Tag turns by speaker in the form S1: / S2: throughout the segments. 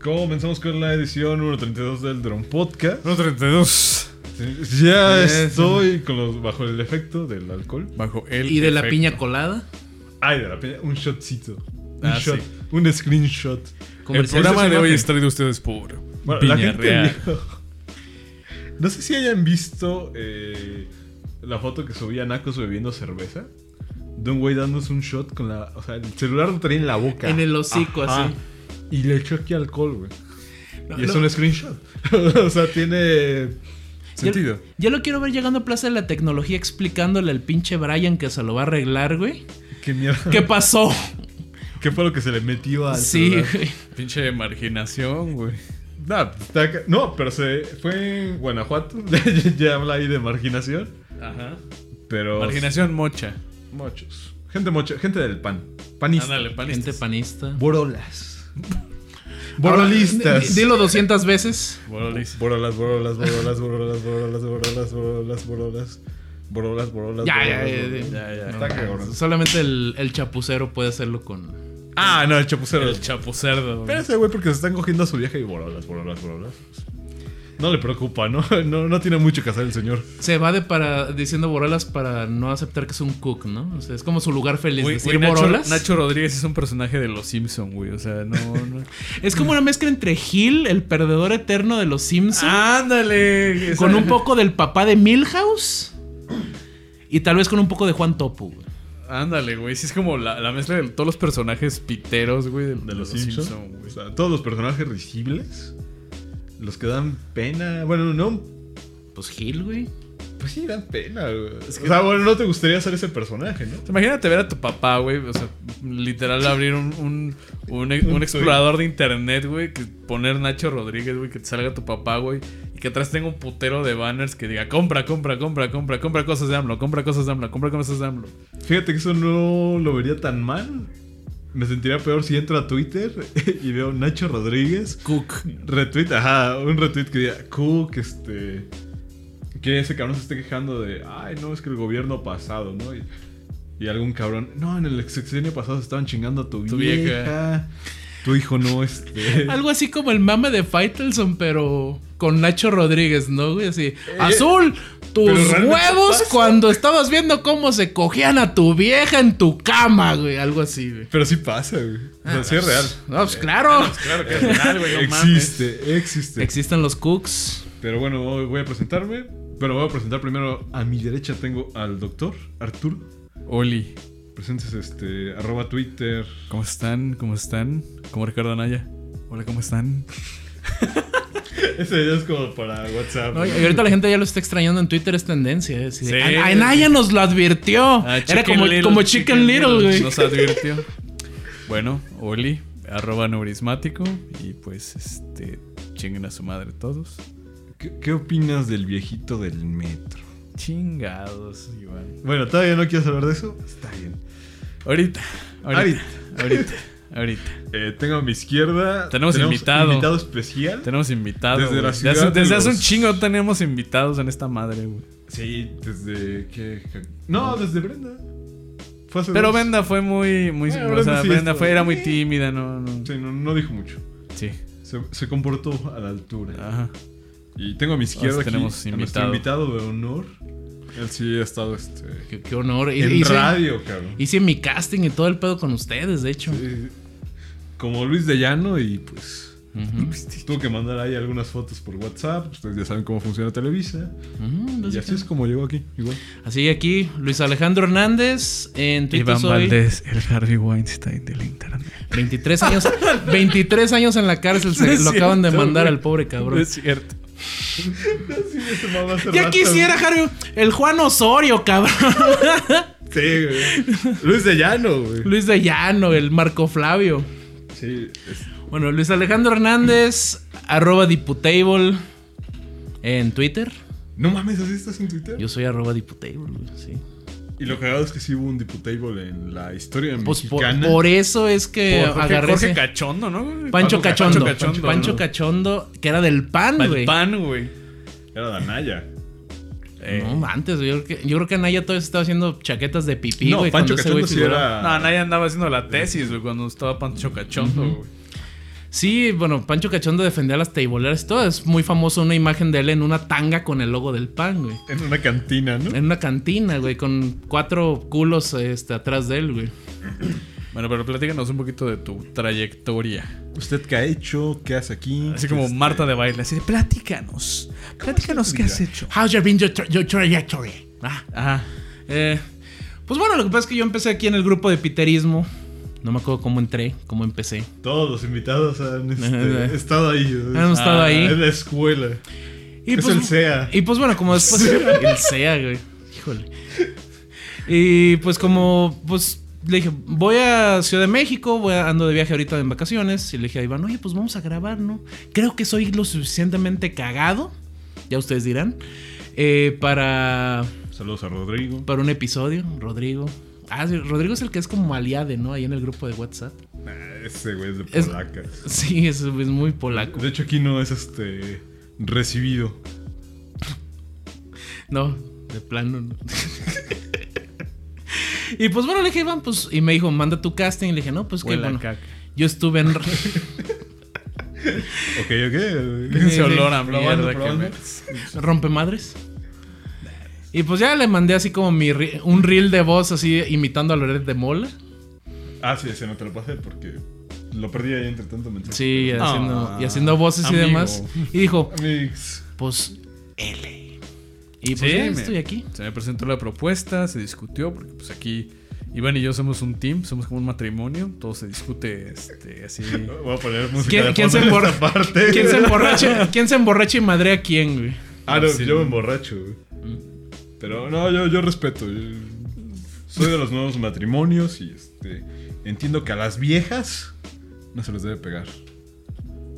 S1: Comenzamos con la edición 132 del Drone Podcast.
S2: 1.32.
S1: Ya
S2: Yes.
S1: estoy con los, bajo el efecto del alcohol.
S2: Bajo el.
S3: Y de la
S2: efecto.
S3: piña colada.
S1: Ay, de la piña, un shotcito. Un
S2: Ah,
S1: shot,
S2: sí.
S1: un screenshot.
S2: El
S3: Comercial.
S2: programa de hoy
S1: imagen.
S2: es traído a ustedes por.
S1: Bueno,
S2: Piña
S1: la gente
S2: Real.
S1: vio- No sé si hayan visto eh, la foto que subía Nacos bebiendo cerveza. De un güey dándose un shot con la. O sea, el celular lo traía en la boca.
S3: En el hocico,
S1: Ajá.
S3: así.
S1: Y le echó aquí alcohol, güey.
S3: No,
S1: y es
S3: no.
S1: un screenshot. o sea, tiene. Sentido.
S3: Yo, yo lo quiero ver llegando a Plaza de la Tecnología explicándole al pinche Brian que se lo va a arreglar, güey.
S1: ¿Qué mierda?
S3: ¿Qué pasó?
S1: ¿Qué fue lo que se le metió al
S3: sí,
S1: celular?
S3: güey.
S2: Pinche marginación, güey.
S1: Nah, está ca- no, pero se fue en Guanajuato. Ya- ya habla ahí de marginación.
S2: Ajá.
S1: Pero.
S2: Marginación mocha.
S1: Mochos. Gente mocha. Gente del pan. Panista.
S2: Ándale,
S3: Gente
S2: panistas.
S3: panista.
S1: Borolas.
S3: Ahora,
S1: Borolistas.
S3: di- Dilo 200 veces.
S2: Borolis.
S1: Borolas, borolas, borolas, borolas, borolas, borolas, borolas, borolas. Borolas, borolas.
S3: Ya, ya,
S1: borolas,
S3: ya,
S1: borolas.
S2: ya, ya.
S1: Está cabrón.
S3: Solamente el, el chapucero puede hacerlo con.
S1: Ah, no, el chapucero.
S2: El chapucerdo. güey.
S1: Pero ese güey porque se están cogiendo a su vieja y borolas, borolas, borolas. No le preocupa, ¿no? No, no tiene mucho que hacer el señor.
S3: Se va de para diciendo borolas para no aceptar que es un cook, ¿no? O sea, es como su lugar feliz
S2: Güey,
S3: decir
S2: güey, Nacho,
S3: borolas.
S2: Nacho Rodríguez es un personaje de los Simpson, güey. O sea, no. no.
S3: Es como una mezcla entre Gil, el perdedor eterno de los Simpsons,
S2: Ándale.
S3: con un poco del papá de Milhouse y tal vez con un poco de Juan Topu. güey.
S2: Ándale, güey. Sí, es como la, la mezcla de todos los personajes piteros, güey. De,
S1: De los Simpsons.
S2: Simpson, güey.
S1: o sea, todos los personajes risibles. Los que dan pena. Bueno, no.
S3: Pues Gil, güey.
S1: Pues sí, dan pena. güey. O sea, bueno, no te gustaría ser ese personaje, ¿no?
S2: O sea, Imagínate ver a tu papá, güey. O sea, literal abrir un, un, un- un
S1: tuit.
S2: explorador de internet, güey. Que poner Nacho Rodríguez, güey. Que te salga tu papá, güey. Y que atrás tenga un putero de banners que diga: compra, compra, compra, compra, compra cosas de AMLO, compra cosas de AMLO, compra cosas de AMLO.
S1: Fíjate que eso no lo vería tan mal. Me sentiría peor si entro a Twitter y veo Nacho Rodríguez.
S3: Cook.
S1: Retweet, ajá, un retweet que diga, Cook, este. Que ese cabrón se esté quejando de, ay, no, es que el gobierno pasado, ¿no? Y, y algún cabrón, no, en el sexenio pasado se estaban chingando a tu,
S2: Tu
S1: vieja.
S2: vieja.
S1: Tu hijo no, este.
S3: Algo así como el mame de Faitelson, pero con Nacho Rodríguez, ¿no? Güey, así. Azul, tus
S1: pero realmente
S3: huevos
S1: pasa.
S3: cuando estabas viendo cómo se cogían a tu vieja en tu cama, güey. Algo así, güey.
S1: Pero sí pasa, güey. O sea, sí es real.
S3: No, pues claro.
S2: Claro que al final, güey, no mames.
S1: existe, existe.
S3: Existen los cooks.
S1: Pero bueno, voy voy a presentarme. Pero voy a presentar primero, a mi derecha tengo al doctor Arturo.
S2: Oli,
S1: Presentes, este, arroba Twitter.
S2: ¿cómo están? ¿Cómo están? Como Ricardo Anaya. Hola, ¿cómo están?
S1: Ese ya es como para WhatsApp.
S3: No, y ahorita la gente ya lo está extrañaendo en Twitter, es tendencia. ¿eh? Es decir,
S2: Sí.
S3: "An- Anaya nos lo advirtió.
S2: Ah,
S3: Era
S2: Chicken
S3: como,
S2: Little,
S3: como Chicken, Little, güey.
S2: Nos advirtió. Bueno, Oli, arroba neurismático. Y pues, este, chinguen a su madre todos.
S1: ¿Qué, qué opinas del viejito del metro?
S2: Chingados, Iván.
S1: Bueno, todavía no quieres hablar de eso. Está bien.
S2: Ahorita, ahorita,
S1: Ahorita.
S2: ahorita, ahorita.
S1: Eh, tengo a mi izquierda.
S2: Tenemos invitado.
S1: invitado especial.
S2: Tenemos invitados.
S1: Desde
S2: güey.
S1: la ciudad
S2: Desde, hace-
S1: de
S2: desde hace un
S1: los-
S2: chingo tenemos invitados en esta madre, güey.
S1: Sí, desde que. No, desde Brenda. Fue hace
S2: Pero
S1: dos.
S2: Brenda fue muy, muy,
S1: Bueno,
S2: o
S1: Brenda
S2: sea,
S1: sí
S2: Brenda
S1: estuvo.
S2: fue, era muy tímida, no, no.
S1: Sí, no, no dijo mucho.
S2: Sí.
S1: Se, se comportó a la altura.
S2: Ajá.
S1: Y tengo a mi izquierda
S2: Ahora
S1: aquí,
S2: sí tenemos
S1: a nuestro
S2: invitado.
S1: invitado de honor. Él sí ha estado este,
S3: Qué, qué honor. Y-
S1: en
S3: hice,
S1: radio, cabrón.
S3: hice mi casting y todo el pedo con ustedes, de hecho.
S1: Sí, como Luis de Llano y pues...
S3: Ujú,
S1: Tuvo que mandar ahí algunas fotos por WhatsApp. Ustedes ya saben cómo funciona Televisa.
S3: ujú,
S1: Y así
S3: básicamente.
S1: es como llegó aquí, igual.
S3: Así aquí, Luis Alejandro Hernández en Twitter
S2: Iván
S3: soy
S2: Valdés, el Harvey Weinstein del internet.
S3: 23 años, 23 años en la cárcel, se
S2: No
S3: lo
S2: es
S3: acaban de
S2: cierto,
S3: mandar
S2: güey.
S3: al pobre cabrón.
S2: Es cierto.
S3: Ya quisiera, Harvey, el Juan Osorio, cabrón.
S1: Sí, güey. Luis de Llano, güey.
S3: Luis de Llano, el Marco Flavio.
S1: Sí, es-
S3: Bueno, Luis Alejandro Hernández, arroba Diputable en Twitter.
S1: No mames, así estás en Twitter.
S3: Yo soy arroba Diputable, güey, sí.
S1: Y lo cagado es que sí hubo un diputable en la historia
S3: Pues por,
S1: mexicana.
S3: por eso es que
S2: Por Jorge,
S3: agarré
S2: Jorge
S3: ese-
S2: Cachondo, ¿no?
S3: Pancho, Cachondo.
S2: Pancho Cachondo.
S3: Pancho
S2: ¿no?
S3: Cachondo, que era del PAN,
S2: Pal-
S3: güey.
S2: pan, güey.
S1: Era Danaya.
S2: Eh,
S3: No, antes, güey, yo creo que, yo creo que Anaya todavía estaba haciendo chaquetas de pipí,
S1: no,
S3: güey.
S1: Pancho
S3: cuando ese güey
S1: Cachondo sí
S3: figuraba.
S1: era...
S2: No, nadie andaba haciendo la tesis, güey, cuando estaba Pancho Cachondo, güey.
S3: Sí, bueno, Pancho Cachondo defendía a las teiboleras y todo. Es muy famoso una imagen de él en una tanga con el logo del pan, güey.
S1: En una cantina, ¿no?
S3: En una cantina, güey, con cuatro culos este, atrás de él, güey.
S2: Bueno, pero platícanos un poquito de tu trayectoria.
S1: ¿Usted qué ha hecho? ¿Qué hace aquí?
S2: Así como
S1: Este,
S2: Marta de baile, así de platícanos. Platícanos qué has hecho.
S3: How's your been your, tra- your trajectory? Ah,
S2: Ajá.
S3: eh, pues bueno, lo que pasa es que yo empecé aquí en el grupo de piterismo. No me acuerdo cómo entré, cómo empecé.
S1: Todos los invitados han este, estado ahí.
S3: Han estado
S2: Ah,
S3: ahí.
S1: Es la escuela.
S3: Y
S1: Es el SEA.
S3: Y pues bueno, como después. el SEA, güey. Híjole. Y pues como, pues le dije, voy a Ciudad de México, voy a- ando de viaje ahorita en vacaciones. Y le dije a Iván, oye, pues vamos a grabar, ¿no? Creo que soy lo suficientemente cagado, ya ustedes dirán, eh, para,
S1: Saludos a Rodrigo.
S3: para un episodio, Rodrigo. Ah, sí, Rodrigo es el que es como aliade, ¿no? Ahí en el grupo de WhatsApp.
S1: Ah, ese güey es de
S3: Es-
S1: polaca.
S3: Sí, es, es muy polaco.
S1: De hecho, aquí no es este recibido.
S3: No, de plano no. y pues bueno, le dije, Iván, pues, y me dijo, manda tu casting. Y le dije, no, pues que
S2: Huele a
S3: bueno.
S2: caca.
S3: Yo estuve en.
S1: Ok, ok.
S2: Ese olor a
S1: Probando,
S2: mierda que
S1: probando.
S2: me...
S3: Rompemadres. Y pues ya le mandé así como mi re- un reel de voz así imitando a Loret de Mola.
S1: Ah, sí, ese no te lo pasé porque lo perdí ahí entre tanto mensaje.
S3: Sí,
S2: Ah,
S3: haciendo, y haciendo voces
S2: amigo.
S3: y demás. Y dijo,
S1: Amigos.
S3: pues L. Y pues
S2: Sí,
S3: ya
S2: me-
S3: estoy aquí.
S2: Se me presentó la propuesta, se discutió, porque pues aquí Iván y yo somos un team, somos como un matrimonio, todo se discute este, así.
S1: Voy a poner música
S3: ¿Quién,
S1: de
S3: quién se
S1: fondo en
S3: emborra-
S1: esta parte.
S3: ¿Quién se emborracha? ¿Quién se emborracha y madre a quién, güey?
S1: Ah, no,
S2: Sí. Mm.
S1: yo me emborracho. güey. Pero no, yo, yo respeto. yo- soy de los nuevos matrimonios y este entiendo que a las viejas no se les debe pegar.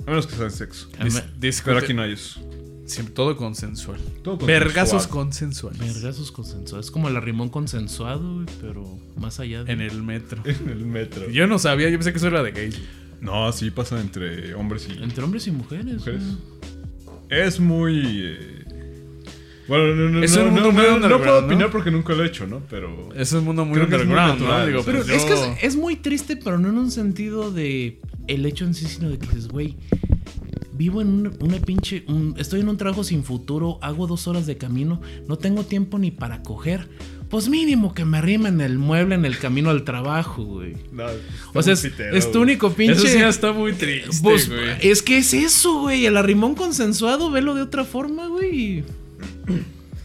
S1: A menos que sean sexo.
S2: dis- discute-
S1: Pero aquí no hay eso.
S2: siempre todo consensual.
S1: Todo
S2: Vergazos
S1: consensuado.
S2: consensuales.
S3: Vergazos consensuados. Es como el arrimón consensuado, güey, pero más allá de.
S2: En el metro.
S1: En el metro.
S2: Yo no sabía, yo pensé que eso era de gays.
S1: No, sí pasa entre hombres y
S3: Entre hombres y mujeres.
S1: mujeres.
S3: güey.
S1: Es muy. eh, Bueno, no, no,
S2: Es
S1: no,
S2: un
S1: no,
S2: mundo muy
S1: no- no
S2: underground,
S1: puedo
S2: ¿no?
S1: opinar porque nunca lo he hecho, ¿no? Pero.
S2: Es un mundo muy
S1: Creo que es muy
S2: underground, ¿no?
S1: natural,
S2: Digo,
S1: o sea,
S3: Pero
S2: pues,
S3: es que
S2: yo-
S3: es, es muy triste, pero no en un sentido de el hecho en sí, sino de que dices, güey, vivo en una, una pinche. un- estoy en un trabajo sin futuro, hago dos horas de camino, no tengo tiempo ni para coger. Pues mínimo que me arrimen el mueble en el camino al trabajo, güey.
S1: No,
S3: O sea, es, es tu único pinche.
S2: Eso sí ya está muy triste,
S3: Pues,
S2: güey.
S3: es que es eso, güey. El arrimón consensuado, velo de otra forma, güey.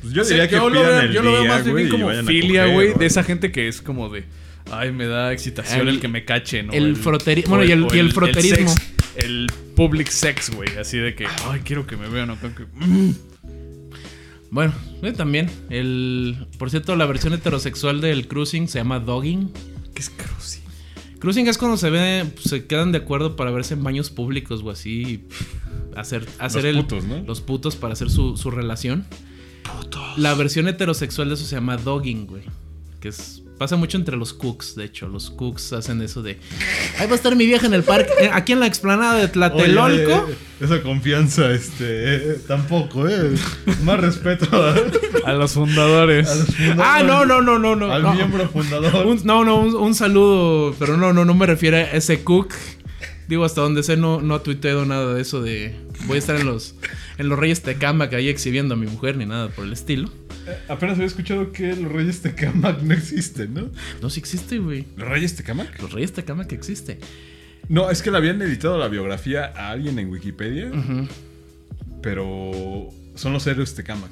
S1: Pues yo
S2: Sí,
S1: diría que
S2: yo lo
S1: pidan
S2: veo-
S1: el
S2: yo lo veo
S1: día,
S2: más
S1: güey,
S2: bien
S1: y
S2: como
S1: vayan a
S2: filia,
S1: coger,
S2: güey,
S1: o
S2: de esa gente que es como de, ay, me da excitación el,
S3: El-
S2: que me cache, ¿no?
S3: el froteri- bueno, y el-
S2: o
S3: y el froterismo.
S2: sex- El, public sex, güey, así de que, ay, quiero que me vean acá. Que... "Mm,
S3: Bueno, eh, también. El, por cierto, la versión heterosexual del cruising se llama dogging.
S2: ¿Qué es cruising?
S3: Cruising es cuando se ve, se quedan de acuerdo para verse en baños públicos o así. y, pff, Hacer, hacer el,
S1: putos, ¿no?
S3: los putos para hacer su, su relación.
S2: Putos.
S3: La versión heterosexual de eso se llama dogging, güey. Que es, pasa mucho entre los cooks, de hecho. Los cooks hacen eso de. Ahí va a estar mi vieja en el parque, eh, aquí en la explanada de
S1: Oye,
S3: Tlatelolco.
S1: eh, esa confianza, este, eh, tampoco, eh. Más respeto a, a
S2: A los fundadores.
S1: los fundadores,
S3: ah, no, no, no, no, no.
S1: eh, al
S3: no.
S1: miembro fundador.
S3: Un- no, no, un, un saludo, pero no, no, no me refiero a ese cook. Digo, hasta donde sé, no, no ha tuiteado nada de eso de voy a estar en los, en los Reyes Tecamac ahí exhibiendo a mi mujer ni nada por el estilo.
S1: Eh, Apenas había escuchado que los Reyes Tecamac no existen, ¿no?
S3: No, si existe, güey.
S1: ¿Los Reyes Tecamac?
S3: Los Reyes Tecamac existe.
S1: No, es que le habían editado la biografía a alguien en Wikipedia,
S3: Ujú.
S1: pero son los héroes Tecamac.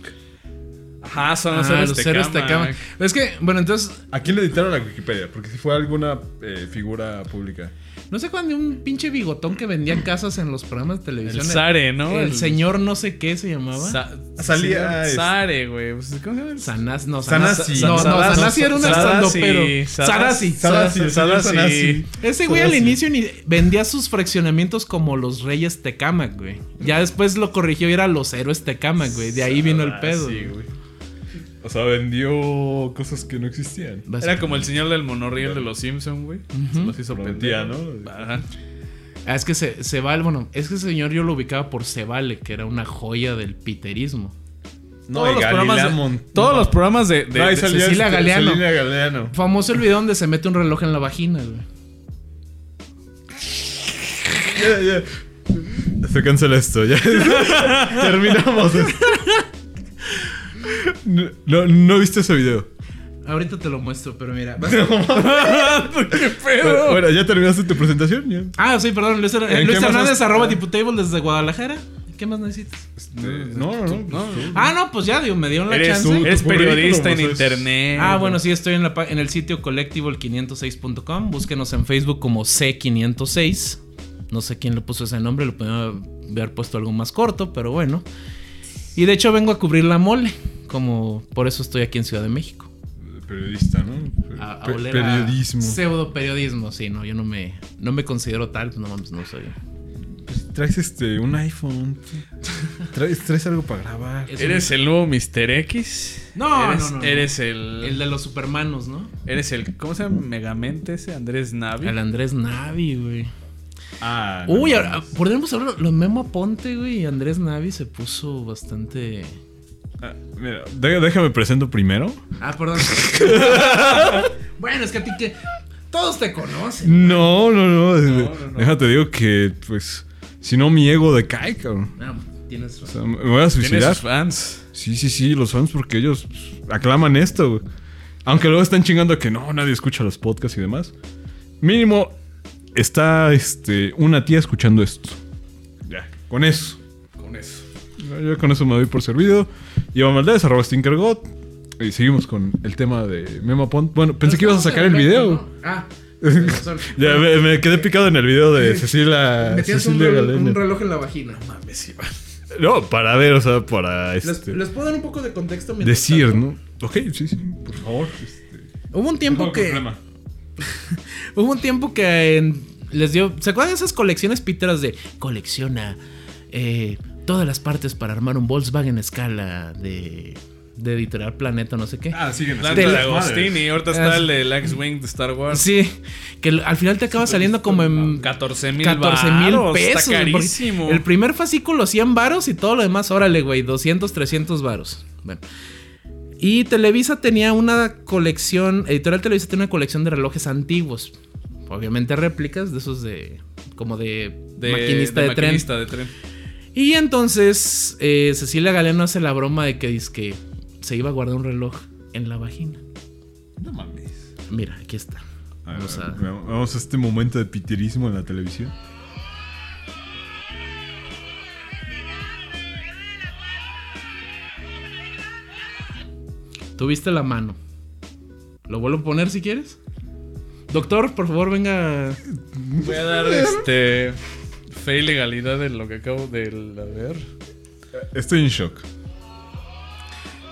S2: Ajá, son los
S3: Ah,
S2: héroes
S3: los héroes
S2: Tecamac.
S3: Tecamac. Es que, bueno, entonces,
S1: ¿A quién le editaron la Wikipedia? Porque si fue alguna eh, figura pública.
S3: no sé cuándo un pinche bigotón que vendía casas en los programas de
S2: El
S3: televisión.
S2: Zare, ¿no?
S3: El señor no sé qué se llamaba.
S2: Sa-
S1: Salía,
S2: señor
S1: es-
S2: Zare, güey. Pues, ¿Cómo se llama?
S3: Sanás, no,
S1: Sanasi.
S3: Sanasi. No, no,
S2: Sanasi.
S3: Sanasi era un
S2: Sanasi.
S3: estandopero.
S2: Sanasi.
S3: Sanasi.
S1: Sadasi, el señor
S2: Sadasi.
S1: Sadasi.
S3: Ese güey al
S1: Sadasi.
S3: inicio ni vendía sus fraccionamientos como los reyes Tecamac, güey. Ya después lo corrigió y era los héroes Tecamac, güey. De ahí vino el pedo.
S2: Ah, Sí,
S3: güey.
S2: güey.
S1: O sea, vendió cosas que no existían.
S2: Era como el señor del monorriel de los Simpsons, güey. Se los hizo
S1: Prometía,
S2: pendejo.
S1: ¿no?
S2: Ajá.
S3: Ah, es que se, se vale, bueno, es que ese señor yo lo ubicaba por Se vale, que era una joya del piterismo.
S2: todos
S1: y
S2: los
S1: Galilea
S2: programas de-
S1: Mon-
S2: Todos
S1: no.
S2: los programas de, de-
S1: No, ahí
S2: de-
S1: salía
S3: Cecilia
S1: este,
S3: Galeano.
S1: Cecilia Galeano.
S3: Famoso el video donde se mete un reloj en la vagina, güey.
S1: Ya, ya. Se cancela esto, ya. Terminamos. esto. No, no, no viste ese video.
S3: Ahorita te lo muestro, pero mira.
S2: ¿Qué
S1: Bueno,
S2: pedo?
S1: bueno, ya terminaste tu presentación, ya.
S3: Ah, sí, perdón. Luis, Her-
S1: ¿En
S3: Luis
S1: qué más
S3: Hernández,
S1: has-
S3: arroba Diputable desde Guadalajara. ¿Qué más necesitas?
S1: Este, no, no, no. pues, tú.
S3: Ah, no, pues ya, digo, me dieron la
S2: Eres,
S3: chance.
S2: un,
S1: tu
S2: eres
S1: currículum,
S2: periodista en
S1: o sea, es-
S2: internet.
S3: Ah, bueno, sí, estoy en, la, pa- en el sitio colectivo506.com. Búsquenos en Facebook como C506. No sé quién le puso ese nombre, lo podía haber puesto algo más corto, pero bueno. Y de hecho vengo a cubrir la mole, como por eso estoy aquí en Ciudad de México.
S1: Periodista, ¿no? Per-
S3: A, a
S1: per-
S3: oler a
S1: periodismo.
S3: Pseudo periodismo, sí, no, yo no me, no me considero tal, pues no mames, no soy.
S1: Pues, traes este, un iPhone. Traes, traes algo para grabar.
S3: Es
S2: ¿Eres el nuevo Mr. X?
S3: No,
S2: eres,
S3: no, no, no.
S2: Eres
S3: un-
S2: el,
S3: el de los supermanos, ¿no?
S2: Eres el. ¿Cómo se llama? Megamente ese, Andrés Navi.
S3: El Andrés Navi, güey.
S1: Ah, no
S3: Uy,
S1: mames.
S3: ahora, podríamos hablar. Lo Memo Aponte, güey, y Andrés Navi se puso bastante.
S1: Ah, mira, de- déjame presento primero.
S3: Ah, perdón. bueno, es que a ti que. Todos te conocen.
S1: No, no, no. Este,
S2: no, no.
S1: Déjate, digo que, pues, si no, mi ego decae, cabrón.
S3: No, tienes
S1: O
S3: razón.
S1: sea, me voy a
S2: Tiene
S1: suicidar.
S2: sus fans.
S1: Sí, sí, sí, los fans, porque ellos pues, aclaman esto, güey. Aunque luego están chingando que no, nadie escucha los podcasts y demás. Mínimo, está este, una tía escuchando esto. Ya, con eso.
S2: Con eso.
S1: Yo yo con eso me doy por servido. Iván Valdés, arroba Stinkergot. Y seguimos con el tema de Memo Pont. Bueno, pensé que ibas a sacar el video.
S3: Ah, tienes razón.
S1: Ya me, me quedé picado en el video de Cecilia.
S3: Metías un,
S1: Cecilia
S3: reloj-
S1: Galeana.
S3: un reloj en la vagina.
S2: Mames, Iván.
S1: No, para ver, o sea, para
S3: Les,
S1: este,
S3: les puedo dar un poco de contexto. mientras
S1: decir,
S3: tanto?
S1: ¿no? Ok, sí, sí, por favor. este,
S3: Hubo un tiempo
S1: no tengo
S3: que.
S1: problema.
S3: Hubo un tiempo que en- les dio. ¿Se acuerdan de esas colecciones píteras de colecciona eh, todas las partes para armar un Volkswagen escala de, de Editorial Planeta, no sé qué?
S1: Ah, siguen
S2: Planta
S3: Del-
S2: de Agostini. Ahorita está
S3: Ah,
S2: el del X-Wing de Star Wars.
S3: Sí, que al final te acaba saliendo como en
S2: 14 mil
S3: 14 mil pesos.
S2: Está
S3: güey, porque
S2: carísimo.
S3: El primer fascículo 100 varos y todo lo demás, órale, güey, 200, 300 varos. Bueno. Y Televisa tenía una colección, Editorial Televisa tenía una colección de relojes antiguos. Obviamente réplicas de esos de como de, maquinista de,
S2: maquinista de tren.
S3: tren. Y entonces eh, Cecilia Galeano hace la broma de que dice que se iba a guardar un reloj en la vagina.
S1: No mames.
S3: Mira, aquí está.
S1: A ver,
S3: Vamos a-
S1: Vamos a este momento de piterismo en la televisión.
S3: Tuviste la mano. ¿Lo vuelvo a poner si quieres? Doctor, por favor, venga.
S2: Voy a dar este. Fe y legalidad de lo que acabo de la- ver.
S1: Estoy en shock.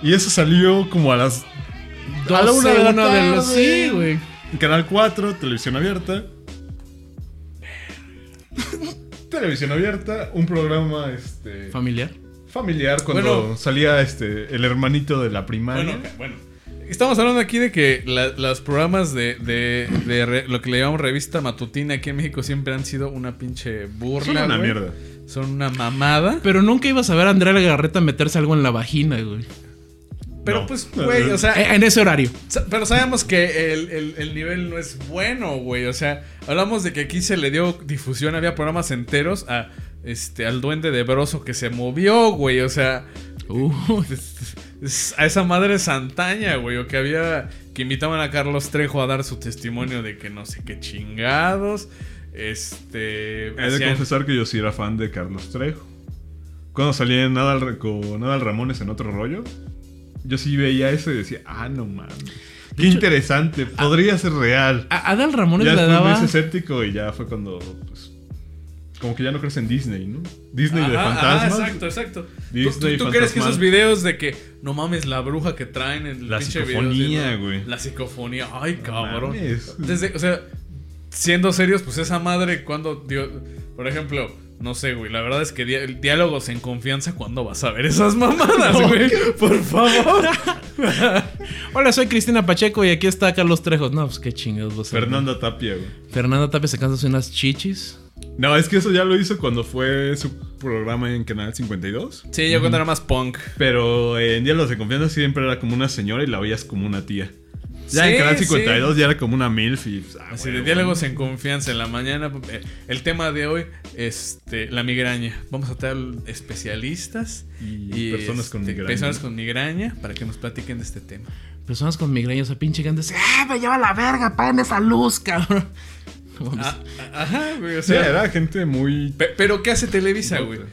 S1: Y eso salió como a las A la una de la
S3: 12, una los-
S1: tarde.
S3: Sí, güey.
S1: Canal 4, televisión abierta. televisión abierta, un programa este
S3: Familiar.
S1: familiar cuando
S2: Bueno.
S1: salía este el hermanito de la primaria.
S2: Bueno, ca- bueno. Estamos hablando aquí de que la- los programas de, de- de re- lo que le llamamos revista matutina aquí en México siempre han sido una pinche burla.
S1: Son una
S2: güey.
S1: mierda.
S2: Son una mamada.
S3: Pero nunca ibas a ver a Andrea Legarreta meterse algo en la vagina, güey.
S2: Pero
S1: No.
S2: pues, güey, o sea,
S3: Eh, En ese horario.
S2: Sa- Pero sabemos que el, el- el nivel no es bueno, güey. O sea, hablamos de que aquí se le dio difusión, había programas enteros a este al duende de Broso que se movió, güey. O sea,
S3: Uy.
S2: es- es- a esa madre santaña, güey. O que había que invitaban a Carlos Trejo a dar su testimonio de que no sé qué chingados. Este.
S1: He de
S2: hacían-
S1: confesar que yo sí era fan de Carlos Trejo. Cuando salía en Nadal, Re- con Nadal Ramones en otro rollo, yo sí veía eso y decía, ah, no mames. Qué interesante, podría ser real.
S3: A Adal Ramones
S1: Ya
S3: le
S1: después me
S3: daba.
S1: hice escéptico y ya fue cuando, pues, como que ya no crees en Disney, ¿no? Disney de
S2: Ajá, ajá,
S1: fantasmas.
S2: exacto, exacto. ¿Tú-
S1: Disney
S2: ¿Tú, tú crees que
S1: fantasmal.
S2: esos videos de que no mames la bruja que traen en el
S1: La
S2: pinche
S1: psicofonía,
S2: video, sí, no?
S1: güey.
S2: La psicofonía, ay cabrón.
S1: mames.
S2: Desde, o sea, siendo serios, pues esa madre cuando dio, por ejemplo, no sé, güey, la verdad es que di- el diálogos en confianza cuando vas a ver esas mamadas, güey. Por favor.
S3: Hola, soy Cristina Pacheco y aquí está Carlos Trejos. No, pues qué chingados vos.
S1: Fernanda Tapia, güey.
S3: Fernanda Tapia se cansa de hacer unas chichis.
S1: No, es que eso ya lo hizo cuando fue su programa en Canal 52.
S2: Sí, yo cuando era más punk.
S1: Pero eh, en Diálogos de Confianza siempre era como una señora y la veías como una tía. Ya
S2: Sí,
S1: en Canal
S2: sí.
S1: 52 ya era como una MILF y. pues, ah,
S2: Así
S1: güey,
S2: de
S1: güey.
S2: diálogos en confianza en la mañana. eh, El tema de hoy, este, la migraña. Vamos a traer especialistas
S1: Y personas con
S2: este,
S1: migraña.
S2: personas con migraña para que nos platiquen de este tema.
S3: Personas con migrañas, esa pinche gente dice, ¡ah, me lleva la verga! ¡Apaguen esa luz, cabrón! No mames.
S2: Ah, ah, ajá, güey, o
S1: Sí,
S2: sea,
S1: era gente muy.
S2: pe- pero ¿qué hace Televisa,
S1: No,
S2: güey?
S1: güey.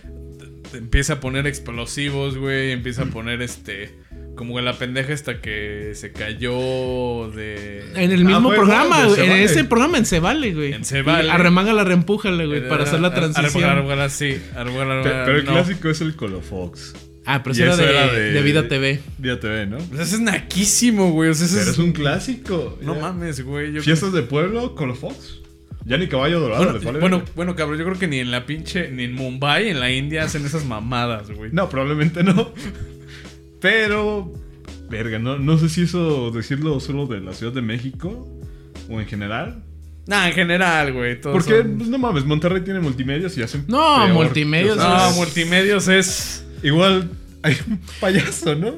S2: Te- te Empieza a poner explosivos, güey. Empieza a
S1: Mm.
S2: poner este. Como la pendeja esta que se cayó de.
S3: En el mismo
S1: fue
S3: programa,
S1: igual,
S3: güey.
S1: se
S3: En
S1: vale.
S3: ese programa en Se Vale, güey.
S2: En Se Vale.
S3: Y Arremángala, reempújala, güey, para hacer la
S2: Ar- ar-
S3: transición.
S2: arbolar, sí. arbolar,
S1: Pe-
S2: arbolar,
S1: Pero el
S2: no.
S1: clásico es el Colofox.
S3: Ah, pero
S1: Y
S3: eso era
S1: eso
S3: de,
S1: era de-
S3: de Vida TV.
S1: Vía TV, ¿no?
S2: O sea, Pues ese es naquísimo, güey. O sea, ese
S1: Pero
S2: es-
S1: es un clásico.
S2: No
S1: ya.
S2: mames, güey. yo-
S1: Fiestas de pueblo, Colofox. Ya ni caballo dorado
S2: Bueno,
S1: les vale
S2: bueno,
S1: verga.
S2: bueno, cabrón, yo creo que ni en la pinche, ni en Mumbai, en la India hacen esas mamadas, güey.
S1: No, probablemente no. Pero. Verga, no, no sé si eso decirlo solo de la Ciudad de México o en general.
S2: Nah, en general, güey. todos
S1: Porque,
S2: son-
S1: pues, no mames, Monterrey tiene multimedios y hacen.
S3: No, multimedios
S1: o sea,
S2: No,
S3: es-
S2: multimedios es.
S1: Ah, Igual hay un payaso, ¿no?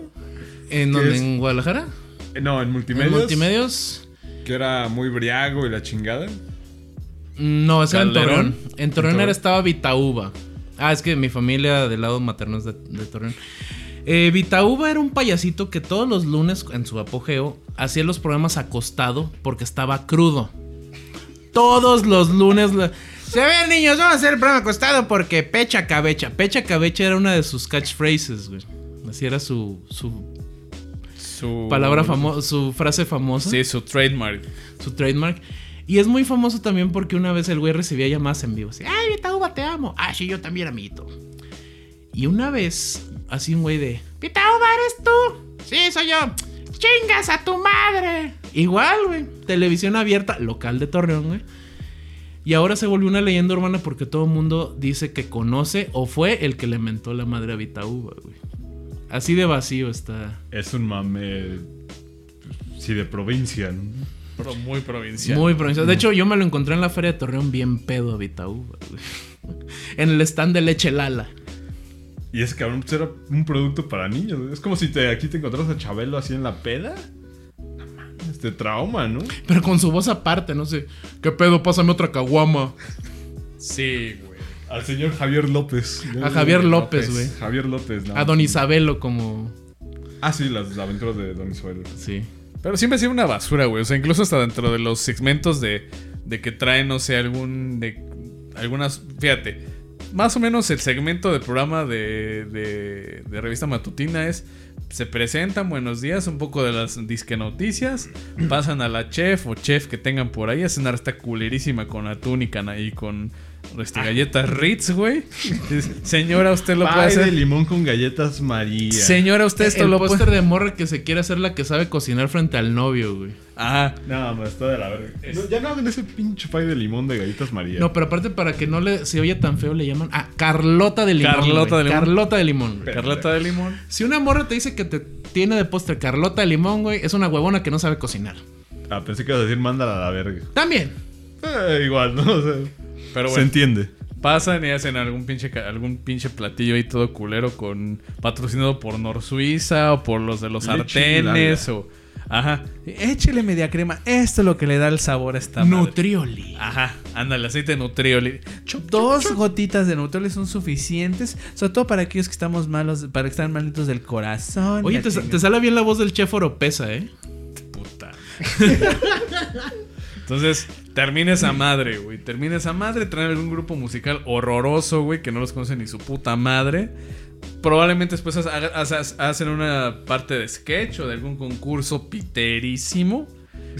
S3: ¿En dónde?
S1: es-
S3: ¿En Guadalajara?
S1: Eh, No, en multimedios.
S3: ¿En Multimedios?
S1: Que era muy briago y la chingada.
S3: No, ese era en
S2: Calderón.
S3: Torreón. En Torreón
S1: Torreón.
S3: era, estaba Vitauba. Ah, es que mi familia del lado materno es de, de Torreón. Eh, Vitauba era un payasito que todos los lunes, en su apogeo, hacía los programas acostado porque estaba crudo. Todos los lunes. la- Se ven, niños, vamos a hacer el programa acostado porque pecha cabecha. Pecha cabecha era una de sus catchphrases, güey. Así era su, su
S2: Su.
S3: palabra famosa, su frase famosa
S2: Sí, su trademark.
S3: su trademark. Y es muy famoso también porque una vez el güey recibía llamadas en vivo. Así, ay, Vitauba, te amo. Ah, sí, yo también, amiguito. Y una vez, así un güey de, Vitauba, ¿eres tú? Sí, soy yo. Chingas a tu madre. Igual, güey. Televisión abierta, local de Torreón, güey. Y ahora se volvió una leyenda urbana porque todo el mundo dice que conoce o fue el que le mentó la madre a Vitauba, güey. Así de vacío está.
S1: Es un mame. pues, Sí, de provincia, ¿no?
S2: Pero muy provincial. Mm.
S3: Muy provincial. De hecho, yo me lo encontré en la feria de Torreón bien pedo a Vitauba, güey. En el stand de leche Lala.
S1: Y ese cabrón pues, era un producto para niños. Es como si te, aquí te encontraras a Chabelo así en la peda. No mames, Te trauma, ¿no?
S3: Pero con su voz aparte, no sé. ¿Qué pedo? Pásame otra caguama.
S2: Sí, güey.
S1: Al señor Javier López.
S3: A Javier López, güey.
S1: Javier López, ¿no?
S3: A Don Isabelo como...
S1: Ah, sí, las aventuras de Don Isabel.
S3: Sí.
S2: Pero siempre ha sido una basura, güey. O sea, incluso hasta dentro de los segmentos de, de que traen, no sé, algún. de algunas. Fíjate, más o menos el segmento de programa de, de, de revista matutina es. Se presentan, buenos días, un poco de las disque noticias. Pasan a la chef o chef que tengan por ahí. Hacen esta culerísima con atún y, cana y con este, galletas Ritz, güey. Señora, usted lo puede
S1: Pie de
S2: hacer.
S1: limón con galletas María.
S2: Señora, usted esto
S3: el
S2: lo
S3: póster
S2: puede.
S3: de morra que se quiere hacer la que sabe cocinar frente al novio, güey.
S2: Ah,
S1: No, me está de la verga.
S2: Es-
S1: No, ya no hagan ese pinche pie de limón de galletas María.
S3: No, pero aparte para que no le se oye tan feo le llaman... Ah, Carlota de Limón.
S2: Carlota
S3: güey.
S2: de Limón.
S3: Carlota de Limón, güey.
S2: Carlota de Limón.
S3: Si una morra te dice que te tiene de póster Carlota de Limón, güey, es una huevona que no sabe cocinar.
S1: Ah, pensé que ibas a decir mándala a la verga.
S3: También.
S1: Eh, igual, ¿no? O sea,
S2: Pero
S1: se
S2: bueno.
S1: entiende.
S2: pasan y hacen algún pinche, ca- algún pinche platillo ahí todo culero con patrocinado por Nor Suiza o por los de los
S1: Leche
S2: sartenes o ajá, échele media crema, esto es lo que le da el sabor a esta madre.
S3: Nutrioli.
S2: Ajá, ándale, aceite de nutrioli. Dos gotitas de nutrioli son suficientes, sobre todo para aquellos que estamos malos, para que están malitos del corazón.
S3: Oye, te, te sale bien la voz del chef Oropesa, ¿eh?
S2: puta. Entonces, termina esa madre, güey. Termina esa madre, traen algún grupo musical horroroso, güey, que no los conoce ni su puta madre. Probablemente después ha- ha- ha- hacen una parte de sketch o de algún concurso piterísimo.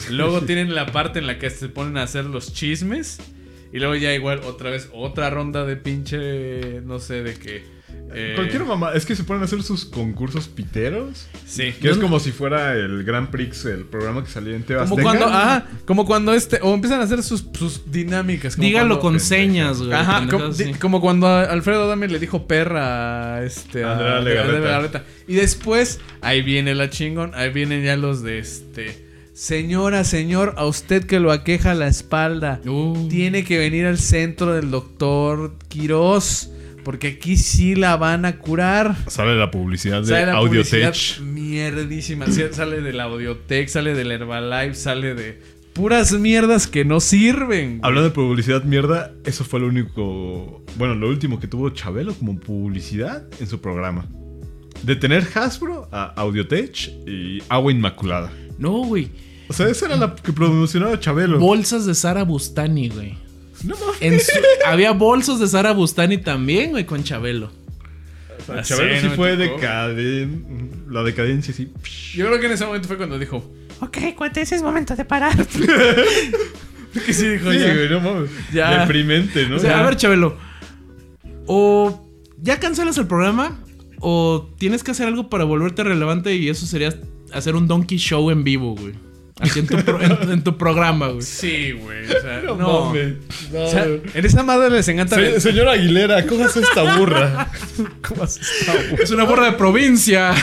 S2: Luego tienen la parte en la que se ponen a hacer los chismes. Y luego ya igual otra vez otra ronda de pinche, no sé, de eh, qué.
S1: Cualquier mamá, es que se ponen a hacer sus concursos piteros.
S2: Sí.
S1: Que es como si fuera el Grand Prix, el programa que salía en TV
S2: Como
S1: Azteca.
S2: cuando, ah. ajá, como cuando este, o empiezan a hacer sus, sus dinámicas. como
S3: Dígalo con
S2: cuando-
S3: señas, güey.
S2: Ajá,
S3: pendejadas
S2: como,
S3: así.
S2: di- como cuando a Alfredo Dami le dijo perra a este a
S1: Andrea Legarreta.
S2: Andrea Legarreta. Y después, ahí viene la chingón, ahí vienen ya los de este. Señora, señor, a usted que lo aqueja la espalda.
S3: Uh.
S2: Tiene que venir al centro del doctor Quirós. Porque aquí sí la van a curar.
S1: Sale la publicidad de
S2: Sale la
S1: Audiotech.
S2: publicidad Mierdísima. Sí, Sale de la Audiotech, sale del Herbalife, sale de puras mierdas que no sirven. güey.
S1: Hablando de publicidad mierda, eso fue lo único. Bueno, lo último que tuvo Chabelo como publicidad en su programa. De tener Hasbro a Audiotech y Agua Inmaculada.
S3: No, güey.
S1: O sea, esa era la que promocionaba Chabelo.
S3: Bolsas de Sara Bustani, güey.
S1: no mames.
S3: En su- había bolsos de Sara Bustani también, güey, con Chabelo.
S1: O sea,
S2: Ah,
S1: Chabelo
S2: sí,
S1: sí
S2: no me
S1: fue
S2: tocó.
S1: decaden... La decadencia, sí.
S2: Yo creo que en ese momento fue cuando dijo.
S4: Ok, cuates, es momento de parar.
S2: Que sí dijo,
S1: Sí,
S2: "Ya".
S1: güey, no mames.
S3: Ya.
S1: Deprimente, ¿no?
S3: O sea, a ver, Chabelo. O ya cancelas el programa, o tienes que hacer algo para volverte relevante, y eso sería hacer un Donkey Show en vivo, güey. Aquí en tu, pro- en- en tu programa, güey.
S2: Sí, güey. O sea,
S1: no,
S3: no.
S1: mames. No.
S2: o sea, en esa madre les encanta.
S1: Se- señora Aguilera, ¿cómo hace esta burra?
S2: ¿Cómo has estado, güey?
S3: Es una borra de provincia.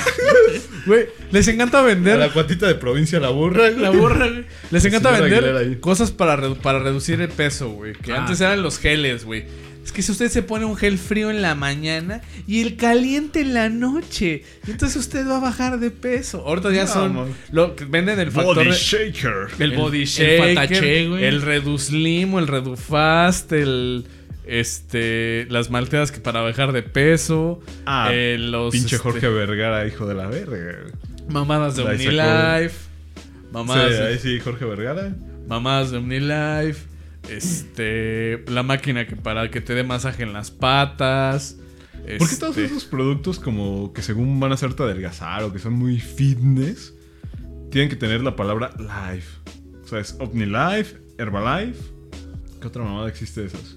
S2: Güey, les encanta
S1: A
S2: vender.
S1: la cuatita de provincia la burra.
S3: La borra, güey.
S2: Les encanta
S1: Señora Aguilera ahí.
S2: vender cosas para, redu- para reducir el peso, güey. Que
S3: Ah.
S2: antes eran los geles, güey. Es que si usted se pone un gel frío en la mañana y el caliente en la noche, y entonces usted va a bajar de peso. Ahorita ya
S1: No, man.
S2: son. Lo, que venden el factor.
S1: Body
S2: de-
S1: Shaker.
S2: el,
S3: El-
S2: body
S3: el
S2: shaker, el,
S3: fatache, güey.
S2: reduslimo, el redufast, el este las malteadas que para bajar de peso,
S1: Ah,
S2: eh, los
S1: Pinche
S2: este,
S1: Jorge Vergara, hijo de la verga.
S2: mamadas de
S1: La hizo
S2: Omnilife, mamadas,
S1: Sí,
S2: de-
S1: ahí sí, Jorge Vergara.
S2: mamadas de Omnilife, este la máquina que para que te dé masaje en las patas.
S1: ¿Por qué todos
S2: este,
S1: esos productos como que según van a hacerte adelgazar o que son muy fitness, tienen que tener la palabra life? O sea, es OmniLife, Herbalife. ¿Qué otra mamada existe de esas?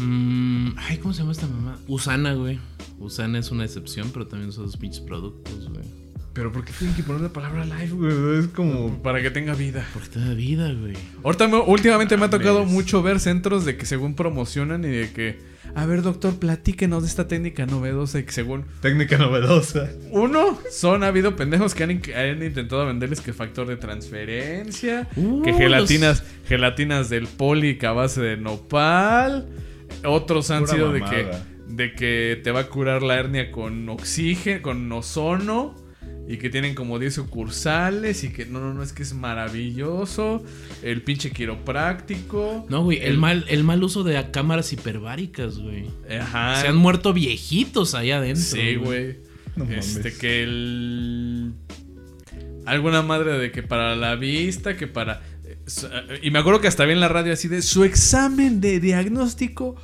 S3: Mm, ay, ¿cómo se llama esta mamá? Usana, güey. Usana es una excepción, pero también son esos pinches productos, güey.
S1: Pero ¿por qué tienen que poner la palabra life, güey? Es como...
S2: para que tenga vida.
S3: Porque te da vida, güey.
S2: Ahorita me- últimamente me ha tocado
S1: Mames.
S2: mucho ver centros de que según promocionan y de que, a ver doctor, platíquenos de esta técnica novedosa y que según
S1: Técnica novedosa.
S2: uno, son ha habido pendejos que han, in- han intentado venderles que factor de transferencia,
S3: Uh,
S2: que
S3: los-
S2: gelatinas, gelatinas del poli que a base de nopal, otros han
S1: Pura
S2: sido de
S1: mamada.
S2: que de que te va a curar la hernia con oxígeno, con ozono. Y que tienen como 10 sucursales y que no, no, no, es que es maravilloso. El pinche quiropráctico.
S3: No, güey, el mal, el mal uso de cámaras hiperbáricas, güey.
S2: Ajá.
S3: Se han muerto viejitos allá adentro.
S2: Ah. Sí, güey.
S1: No mames.
S2: este, que el. Alguna madre de que para la vista, que para. eh, su- Y me acuerdo que hasta vi en la radio así de su examen de diagnóstico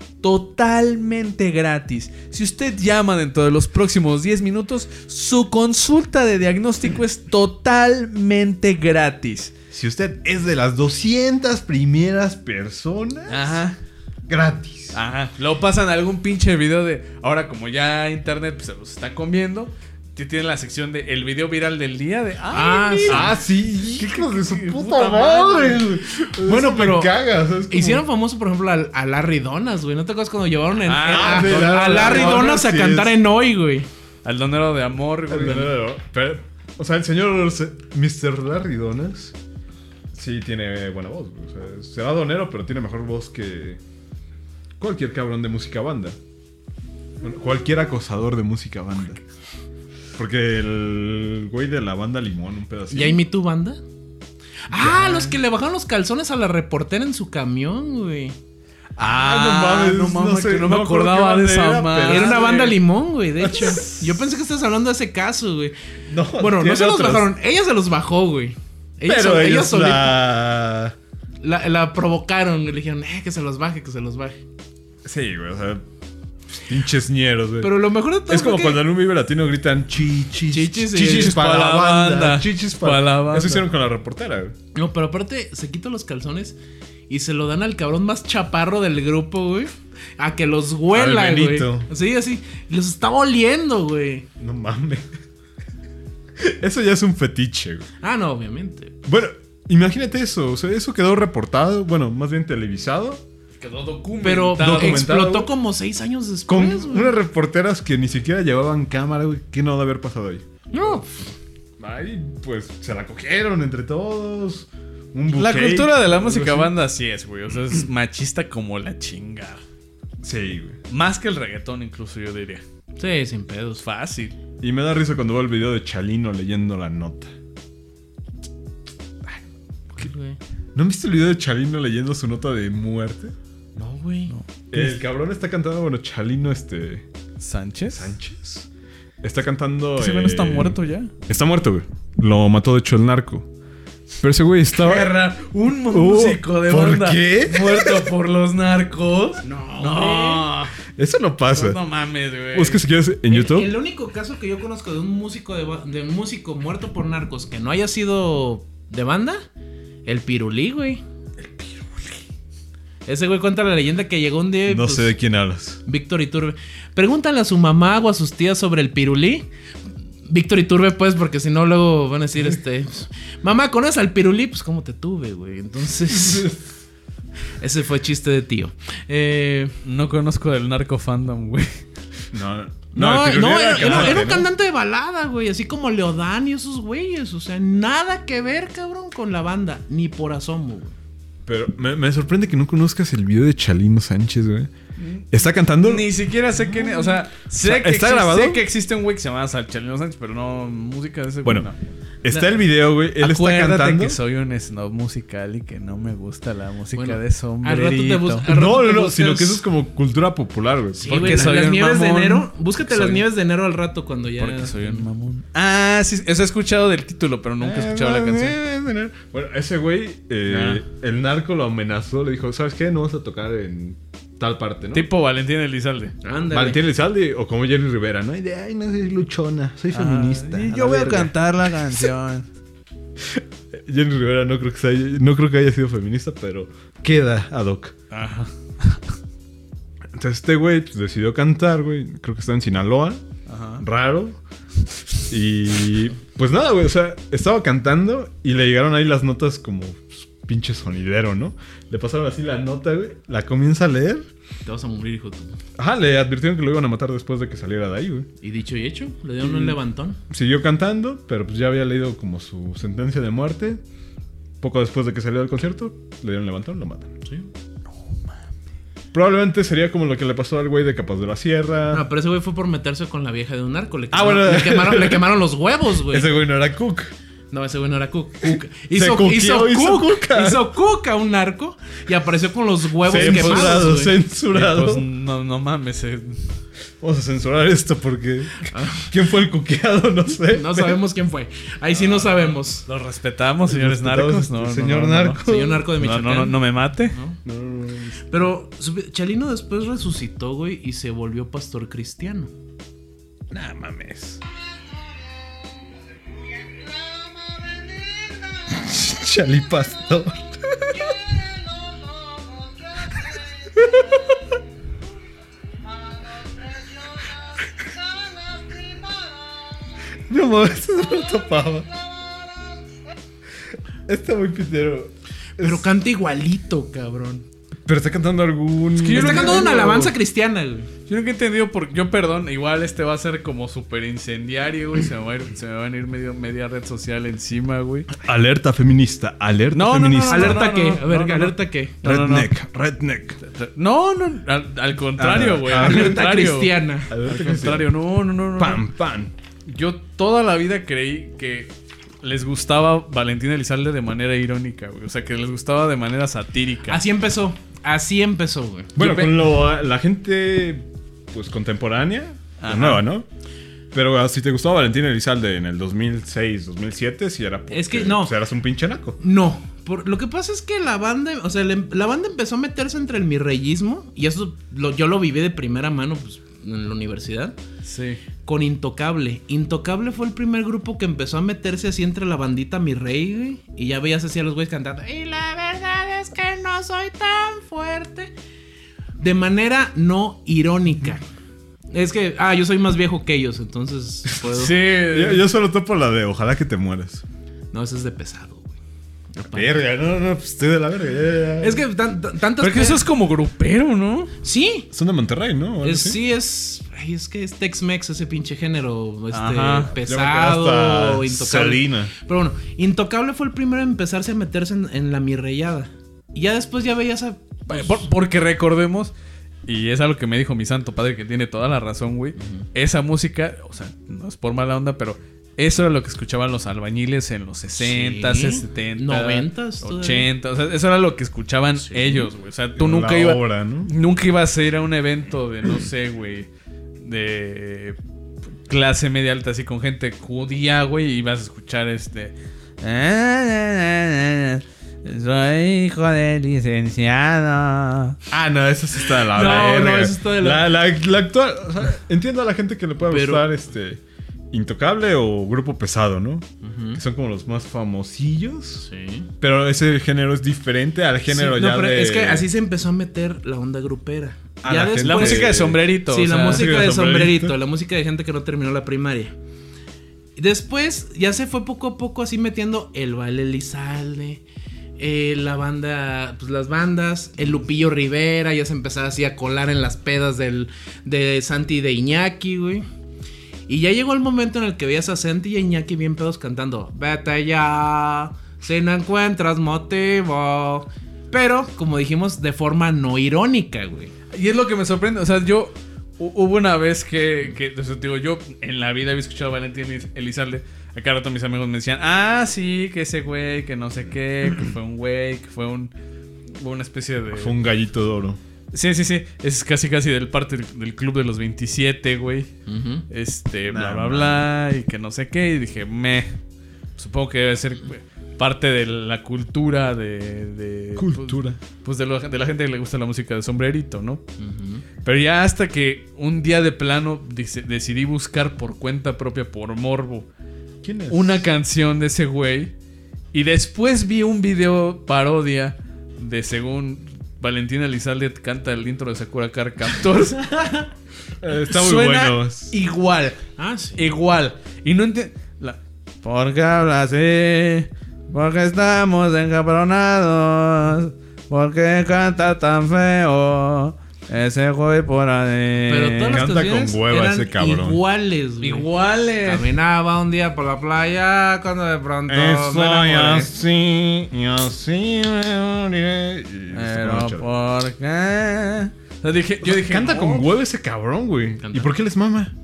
S2: totalmente gratis. Si usted llama dentro de los próximos 10 minutos, su consulta de diagnóstico es totalmente gratis.
S1: Si usted es de las 200 primeras personas,
S2: Ajá.
S1: gratis.
S2: Ajá. Luego pasan algún pinche video de. Ahora, como ya internet pues, se los está comiendo. ti- Tienen la sección de el video viral del día de.
S3: Ah,
S2: "Ay,
S3: sí.
S1: Ah, sí, hijos de su
S2: qué
S1: puta,
S2: puta
S1: madre.
S2: madre.
S1: güey.
S3: Bueno,
S1: Eso
S3: pero
S1: Me cagas, es como-
S3: Hicieron famoso, por ejemplo, al- a, Larry Donas, güey. ¿No te acuerdas cuando llevaron en-
S2: Ah,
S3: en-
S2: sí,
S3: a,
S1: Larry
S3: a Larry
S1: Donas,
S3: Donas a
S1: sí
S3: cantar
S1: es.
S3: en hoy, güey?
S2: Al donero de amor, güey.
S1: Pero- pero- o sea, el señor se- Mr. Larry Donas sí tiene buena voz. güey. O sea, será donero, pero tiene mejor voz que cualquier cabrón de música banda. Bueno, cualquier acosador de música banda. Porque el güey de la banda Limón, un pedacito.
S3: ¿Y ahí mi tu banda? Ah, los que le bajaron los calzones a la reportera en su camión, güey.
S2: Ah,
S1: no mames,
S2: no mames,
S1: no sé,
S2: que no
S1: no
S2: me
S1: me acuerdo
S2: acordaba
S1: qué
S2: de esa
S1: bandera,
S2: madre.
S1: pero-
S3: Era una banda
S2: güey.
S3: limón, güey, de hecho. Yo pensé que estás hablando de ese caso, güey.
S1: No,
S3: Bueno, no
S1: tiene
S3: se los
S1: otras.
S3: bajaron, ella se los bajó, güey. Ella
S1: Pero
S3: sol- ella
S1: ellos
S3: solita-
S1: la...
S3: la... la provocaron, le dijeron, eh, que se los baje, que se los baje.
S1: Sí, güey, o sea... Pinches ñeros, güey.
S3: Pero lo mejor de todo
S1: es como
S3: fue que-
S1: cuando en un vive latino gritan chichis.
S3: Chichis, eh,
S1: para la banda. Chichis
S2: pa'
S1: para
S2: la
S1: la
S2: banda.
S1: banda. Eso hicieron con la reportera, güey.
S3: No, pero aparte se quita los calzones y se lo dan al cabrón más chaparro del grupo, güey. A que los huela,
S1: Al
S3: güey.
S1: Benito.
S3: Sí, así. Los está oliendo, güey.
S1: No mames. Eso ya es un fetiche, güey.
S3: Ah, no, obviamente.
S1: Bueno, imagínate eso. O sea, eso quedó reportado. Bueno, más bien televisado.
S2: Quedó documentado.
S3: Pero
S1: Documentado,
S3: explotó
S1: güey.
S3: como seis años
S1: Con
S2: Pues,
S3: después, güey.
S1: unas reporteras que ni siquiera llevaban cámara, güey. ¿Qué no ha de haber pasado ahí?
S3: No.
S1: Ay, pues se la cogieron entre todos. Un
S2: La
S1: bouquet,
S2: cultura de la
S1: algo
S2: música
S1: así.
S2: banda sí es, güey. O sea, es machista como la chinga.
S1: Sí, güey.
S2: Más que el reggaetón, incluso yo diría.
S3: Sí, sin pedos.
S2: Fácil.
S1: Y me da risa cuando veo el video de Chalino leyendo la nota.
S3: Fácil, güey.
S1: ¿No viste el video de Chalino leyendo su nota de muerte?
S3: No, güey.
S1: El cabrón está cantando, bueno, Chalino, este.
S2: ¿Sánchez?
S1: Sánchez. Está cantando.
S2: Ese güey no está
S1: eh,
S2: muerto ya.
S1: Está muerto, güey. Lo mató, de hecho, el narco. Pero ese güey estaba.
S2: un
S1: músico de Oh, ¿por banda qué?
S2: muerto por los narcos. No, no,
S1: Eso no pasa.
S2: no mames, güey.
S1: Busca si quieres en
S3: El-
S1: YouTube.
S3: El, único caso que yo conozco de un músico de, ba- de un músico muerto por narcos que no haya sido de banda, el Pirulí, güey. El Pirulí. Ese güey cuenta la leyenda que llegó un día y
S1: No
S3: pues,
S1: sé de quién hablas.
S3: Víctor Iturbe. Pregúntale a su mamá o a sus tías sobre el Pirulí. Víctor Iturbe, pues, porque si no, luego van a decir, este, mamá, ¿conoces al Pirulí? Pues, ¿cómo te tuve, güey? Entonces, ese fue chiste de tío. Eh,
S2: No conozco del narco fandom, güey.
S1: No, no,
S3: No,
S1: el
S3: no,
S1: pirulí
S3: era, era- era un
S1: cantante, ¿no?
S3: cantante de balada, güey. Así como Leodán y esos güeyes. O sea, nada que ver, cabrón, con la banda. Ni por asomo, güey.
S1: Pero me, me sorprende que no conozcas el video de Chalino Sánchez, güey. Está cantando.
S2: Ni siquiera sé quién es. O sea, sé,
S1: O sea,
S2: que,
S1: ¿está
S2: exi-
S1: grabado?
S2: sé que existe un güey que se llama Salchalino Sánchez, pero no música de ese güey,
S1: Bueno,
S2: no.
S1: está el video, güey. Él
S2: Acuérdate
S1: está cantando.
S2: que soy un snob musical y que no me gusta la música
S3: Bueno,
S2: de
S3: al
S2: sombrerito.
S3: bus- al rato
S1: No, no,
S3: te
S1: no,
S3: buscas-
S1: sino que eso es como cultura popular, güey.
S3: Sí,
S2: porque
S3: güey, la-
S2: soy
S3: las
S2: un
S3: nieves de
S2: mamón.
S3: enero. Búscate
S2: Porque
S3: las
S2: soy-
S3: nieves de enero al rato cuando ya.
S2: Porque soy un mamón. Ah, sí, eso he escuchado del título, pero
S1: Eh,
S2: nunca he escuchado la canción. Ah.
S1: Bueno, ese güey, eh, el narco lo amenazó, le dijo, ¿sabes qué? No vas a tocar en tal parte, ¿no?
S2: Tipo Valentín Elizalde.
S3: Ándale.
S1: Valentín Elizalde o como Jerry Rivera, ¿no? Y de, ay, no, soy luchona,
S2: Ah,
S1: soy feminista. a la verga".
S2: cantar la canción.
S1: Jerry Rivera no creo, que sea- no creo que haya sido feminista, pero queda ad hoc.
S2: Ajá.
S1: Entonces este güey pues, decidió cantar, güey. Creo que está en Sinaloa.
S2: Ajá.
S1: raro. Y pues nada, güey, o sea, estaba cantando y le llegaron ahí las notas como pues, pinche sonidero, ¿no? Le pasaron así la nota, güey, la comienza a leer.
S3: Te vas a morir, hijo. tú.
S1: Ajá, le advirtieron que lo iban a matar después de que saliera de ahí, güey.
S3: Y dicho y hecho, le dieron un levantón.
S1: Siguió cantando, pero pues ya había leído como su sentencia de muerte. Poco después de que salió del concierto, le dieron levantón, lo matan.
S3: Sí.
S1: Probablemente sería como lo que le pasó al güey de Capaz de la Sierra.
S3: No, Ah, pero ese güey fue por meterse con la vieja de un narco. Le
S1: Ah,
S3: quemaron,
S1: bueno.
S3: le quemaron, le quemaron los huevos, güey.
S1: Ese güey no era Cook.
S3: No, ese güey no era Cook. Cook. Hizo,
S1: cuqueó,
S3: hizo,
S1: hizo
S3: Cook,
S1: cuca.
S3: hizo Cook a un narco y apareció con los huevos quemados.
S1: Censurado,
S3: güey.
S1: censurado.
S2: Pues no, no mames. eh.
S1: Vamos a censurar esto porque. ¿Quién fue el cuqueado? No sé.
S3: No sabemos quién fue. Ahí sí no sabemos.
S2: Los respetamos, señores
S1: Respetamos,
S2: narcos. No,
S1: este,
S2: no,
S1: señor
S2: no, no,
S1: narco.
S3: Soy un narco de
S2: No, no,
S3: Michoacán.
S2: no, no me mate.
S1: No, no, no.
S3: Pero supi- Chalino después resucitó, güey, y se volvió pastor cristiano.
S1: Ah,
S2: Nah, mames.
S1: Chalipastor. No mames, eso no lo topaba. Está muy pitero.
S3: Pero canta igualito, cabrón.
S1: Pero está cantando algún.
S2: que yo
S3: Está
S2: no
S3: cantando una
S2: creo.
S3: alabanza cristiana, güey.
S2: Yo nunca he entendido por Yo, perdón, igual este va a ser como super incendiario, güey. Se me va a ir, se me van a ir medio, media red social encima, güey.
S1: Alerta feminista, alerta
S2: No, no, no,
S1: feminista.
S2: no,
S3: ¿Alerta
S2: no,
S3: qué?
S2: no,
S3: a ver,
S2: no, no.
S3: ¿alerta qué?
S2: no, no, no.
S1: redneck, redneck.
S2: No, no, al, al contrario,
S1: Ah,
S2: güey.
S1: ah,
S2: al
S1: alerta
S3: Alerta
S2: contrario.
S3: cristiana.
S2: Al contrario, no, no, no, no.
S1: Pam, pam.
S2: Yo toda la vida creí que les gustaba Valentín Elizalde de manera irónica, güey. O sea, que les gustaba de manera satírica.
S1: Ah,
S3: Así empezó. Así empezó, güey.
S1: Bueno,
S2: Yo pe-
S1: con lo- ah, la gente pues contemporánea, la
S2: Ajá.
S1: nueva, ¿no? Pero ah, si te gustaba Valentín Elizalde en el 2006, 2007, si era
S3: Es que
S1: porque,
S3: no.
S1: pues, eras un pinche naco.
S3: No. Por, lo que pasa es que la banda, o sea, le- la banda empezó a meterse entre el mirreyismo, y eso lo- yo lo viví de primera mano pues, en la universidad,
S2: Sí.
S3: con Intocable. Intocable fue el primer grupo que empezó a meterse así entre la bandita Mirrey, güey, y ya veías así a los güeyes cantando, y la verdad es que no soy tan fuerte, de manera no irónica. Es que, ah, yo soy más viejo que ellos, entonces puedo...
S2: Sí.
S3: Eh.
S1: Yo, yo solo topo la de ojalá que te mueras.
S3: No, eso es de pesado, güey.
S1: Verga, no, no, pues estoy de la verga. ya, ya, ya.
S3: Es que tan- tan- tantas...
S2: Pero que eso es como grupero, ¿no?
S3: Sí,
S1: Son de Monterrey, ¿no? ¿O algo
S3: Es-
S1: así?
S3: sí, es. ay, es que es Tex-Mex ese pinche género. Este,
S1: Ya
S2: Ajá.
S1: me quedé hasta
S3: pesado, intocable.
S1: Salina.
S3: Pero bueno, Intocable fue el primero en empezarse a meterse en, en la mirrellada. Y ya después ya veías a. pues,
S2: Por- porque recordemos, Y es algo que me dijo mi santo padre, que tiene toda la razón, güey. Esa música, o sea, no es por mala onda, pero eso era lo que escuchaban los albañiles en los 60,
S3: Sí.
S2: 70,
S3: 90s todavía.
S2: 80. O sea, eso era lo que escuchaban
S3: Pues,
S2: ellos, güey. O sea, tú nunca
S1: La
S2: ibas.
S1: obra, ¿no?
S2: Nunca ibas a ir a un evento de, no sé, güey, de clase media alta, así con gente judía, güey, y ibas a escuchar este. Soy hijo de licenciado.
S1: Ah, no, eso sí está de la
S3: No,
S1: verga.
S3: no, eso está de la-
S1: La, la actual. o sea, entiendo a la gente que le pueda
S3: Pero-
S1: gustar este. Intocable o grupo pesado, ¿no? Que son como los más famosillos.
S3: Sí.
S1: Pero ese género es diferente al género
S3: Sí,
S1: ya
S3: no, pero
S1: de.
S3: es que así se empezó a meter la onda grupera.
S1: Ah,
S3: Ya
S1: la gente-
S2: La
S1: Pues-
S2: música de sombrerito.
S3: Sí,
S2: o
S3: la
S2: sea,
S3: música
S1: música
S3: de
S1: de sombrerito.
S3: sombrerito, la música de gente que no terminó la primaria. Después ya se fue poco a poco así metiendo el baile Lizalde, eh, la banda, pues las bandas, el Lupillo Rivera, ya se empezaba así a colar en las pedas del, de Santi y de Iñaki, güey. Y ya llegó el momento en el que veías a Santi y a Iñaki bien pedos cantando, vete ya, si no encuentras motivo. Pero, como dijimos, de forma no irónica, güey.
S2: Y es lo que me sorprende. O sea, yo. hu- Hubo una vez que. que o sea, te digo, yo en la vida había escuchado a Valentín Eliz- Elizalde. A cada rato mis amigos me decían, ah, sí, que ese güey, que no sé qué, que fue un güey, que fue un. fue Una especie de.
S1: Fue un gallito de oro.
S2: Sí, sí, sí. Es casi, casi del parte del, del club de los 27, güey. Este, bla,
S1: Nah,
S2: bla,
S1: man.
S2: bla. Y que no sé qué. Y dije, me. Supongo que debe ser güey, parte de la cultura de. de-
S1: Cultura.
S2: Pues, pues de, lo- de la gente que le gusta la música de sombrerito, ¿no? Pero ya hasta que un día de plano dice- decidí buscar por cuenta propia, por morbo,
S1: ¿Quién es?
S2: una canción de ese güey. Y después vi un video parodia de según Valentina Elizalde canta el intro de Sakura Car Captors.
S1: Eh, está muy
S2: Suena
S1: bueno.
S2: Igual,
S3: Ah, sí.
S2: Eh, igual. Y no entiendo. Porque habla así, porque estamos encabronados, porque canta tan feo. Ese güey por ahí.
S3: Pero todas las
S1: Canta
S3: canciones
S1: con hueva
S3: eran
S1: ese cabrón.
S3: iguales, güey.
S2: Iguales.
S3: Caminaba un día por la playa cuando de pronto me
S1: Soy
S3: enamoré.
S1: así, y así me moriré. Y está como
S2: Pero
S1: chavo.
S2: ¿por qué? O sea, dije, yo dije.
S1: Canta
S2: no.
S1: con huevo ese cabrón, güey.
S3: Canta.
S1: ¿Y por qué les mama?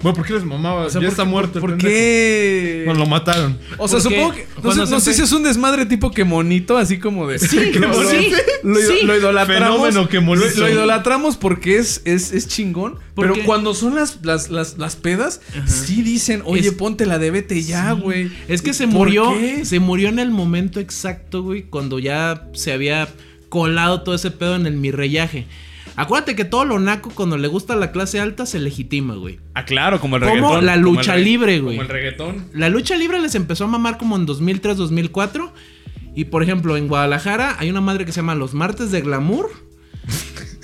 S1: Bueno, ¿por qué les mamaba?
S2: O sea,
S1: ya
S2: ¿por-
S1: está muerto. el
S2: ¿Por
S1: pendejo.
S2: qué?
S1: Bueno, lo mataron.
S2: o sea,
S3: ¿Por qué?
S2: supongo que. No, sé,
S3: Cuando se
S2: no sé
S3: empe-
S2: si es un desmadre tipo que monito, así como de.
S3: Sí,
S1: Qué horror.
S3: sí,
S2: Lo, ido-
S3: sí.
S2: lo idolatramos.
S1: Fenómeno que
S2: lo,
S1: molesta.
S2: lo idolatramos porque es, es, es chingón. Pero
S3: Porque-
S2: cuando son las, las, las, las pedas, sí dicen, oye,
S3: Es-
S2: ponte la de vete ya, güey.
S3: Es que se
S2: ¿Por
S3: murió,
S2: qué?
S3: se murió en el momento exacto, güey, cuando ya se había colado todo ese pedo en el mirrellaje. Acuérdate que todo lo naco cuando le gusta la clase alta se legitima, güey.
S2: Ah, claro, como el
S3: Como
S2: reggaetón.
S3: la
S2: como el
S3: lucha
S2: reg-
S3: libre, güey.
S2: Como el reggaetón.
S3: La lucha libre les empezó a mamar como en 2003, 2004. Y por ejemplo, en Guadalajara hay una madre que se llama Los Martes de Glamour.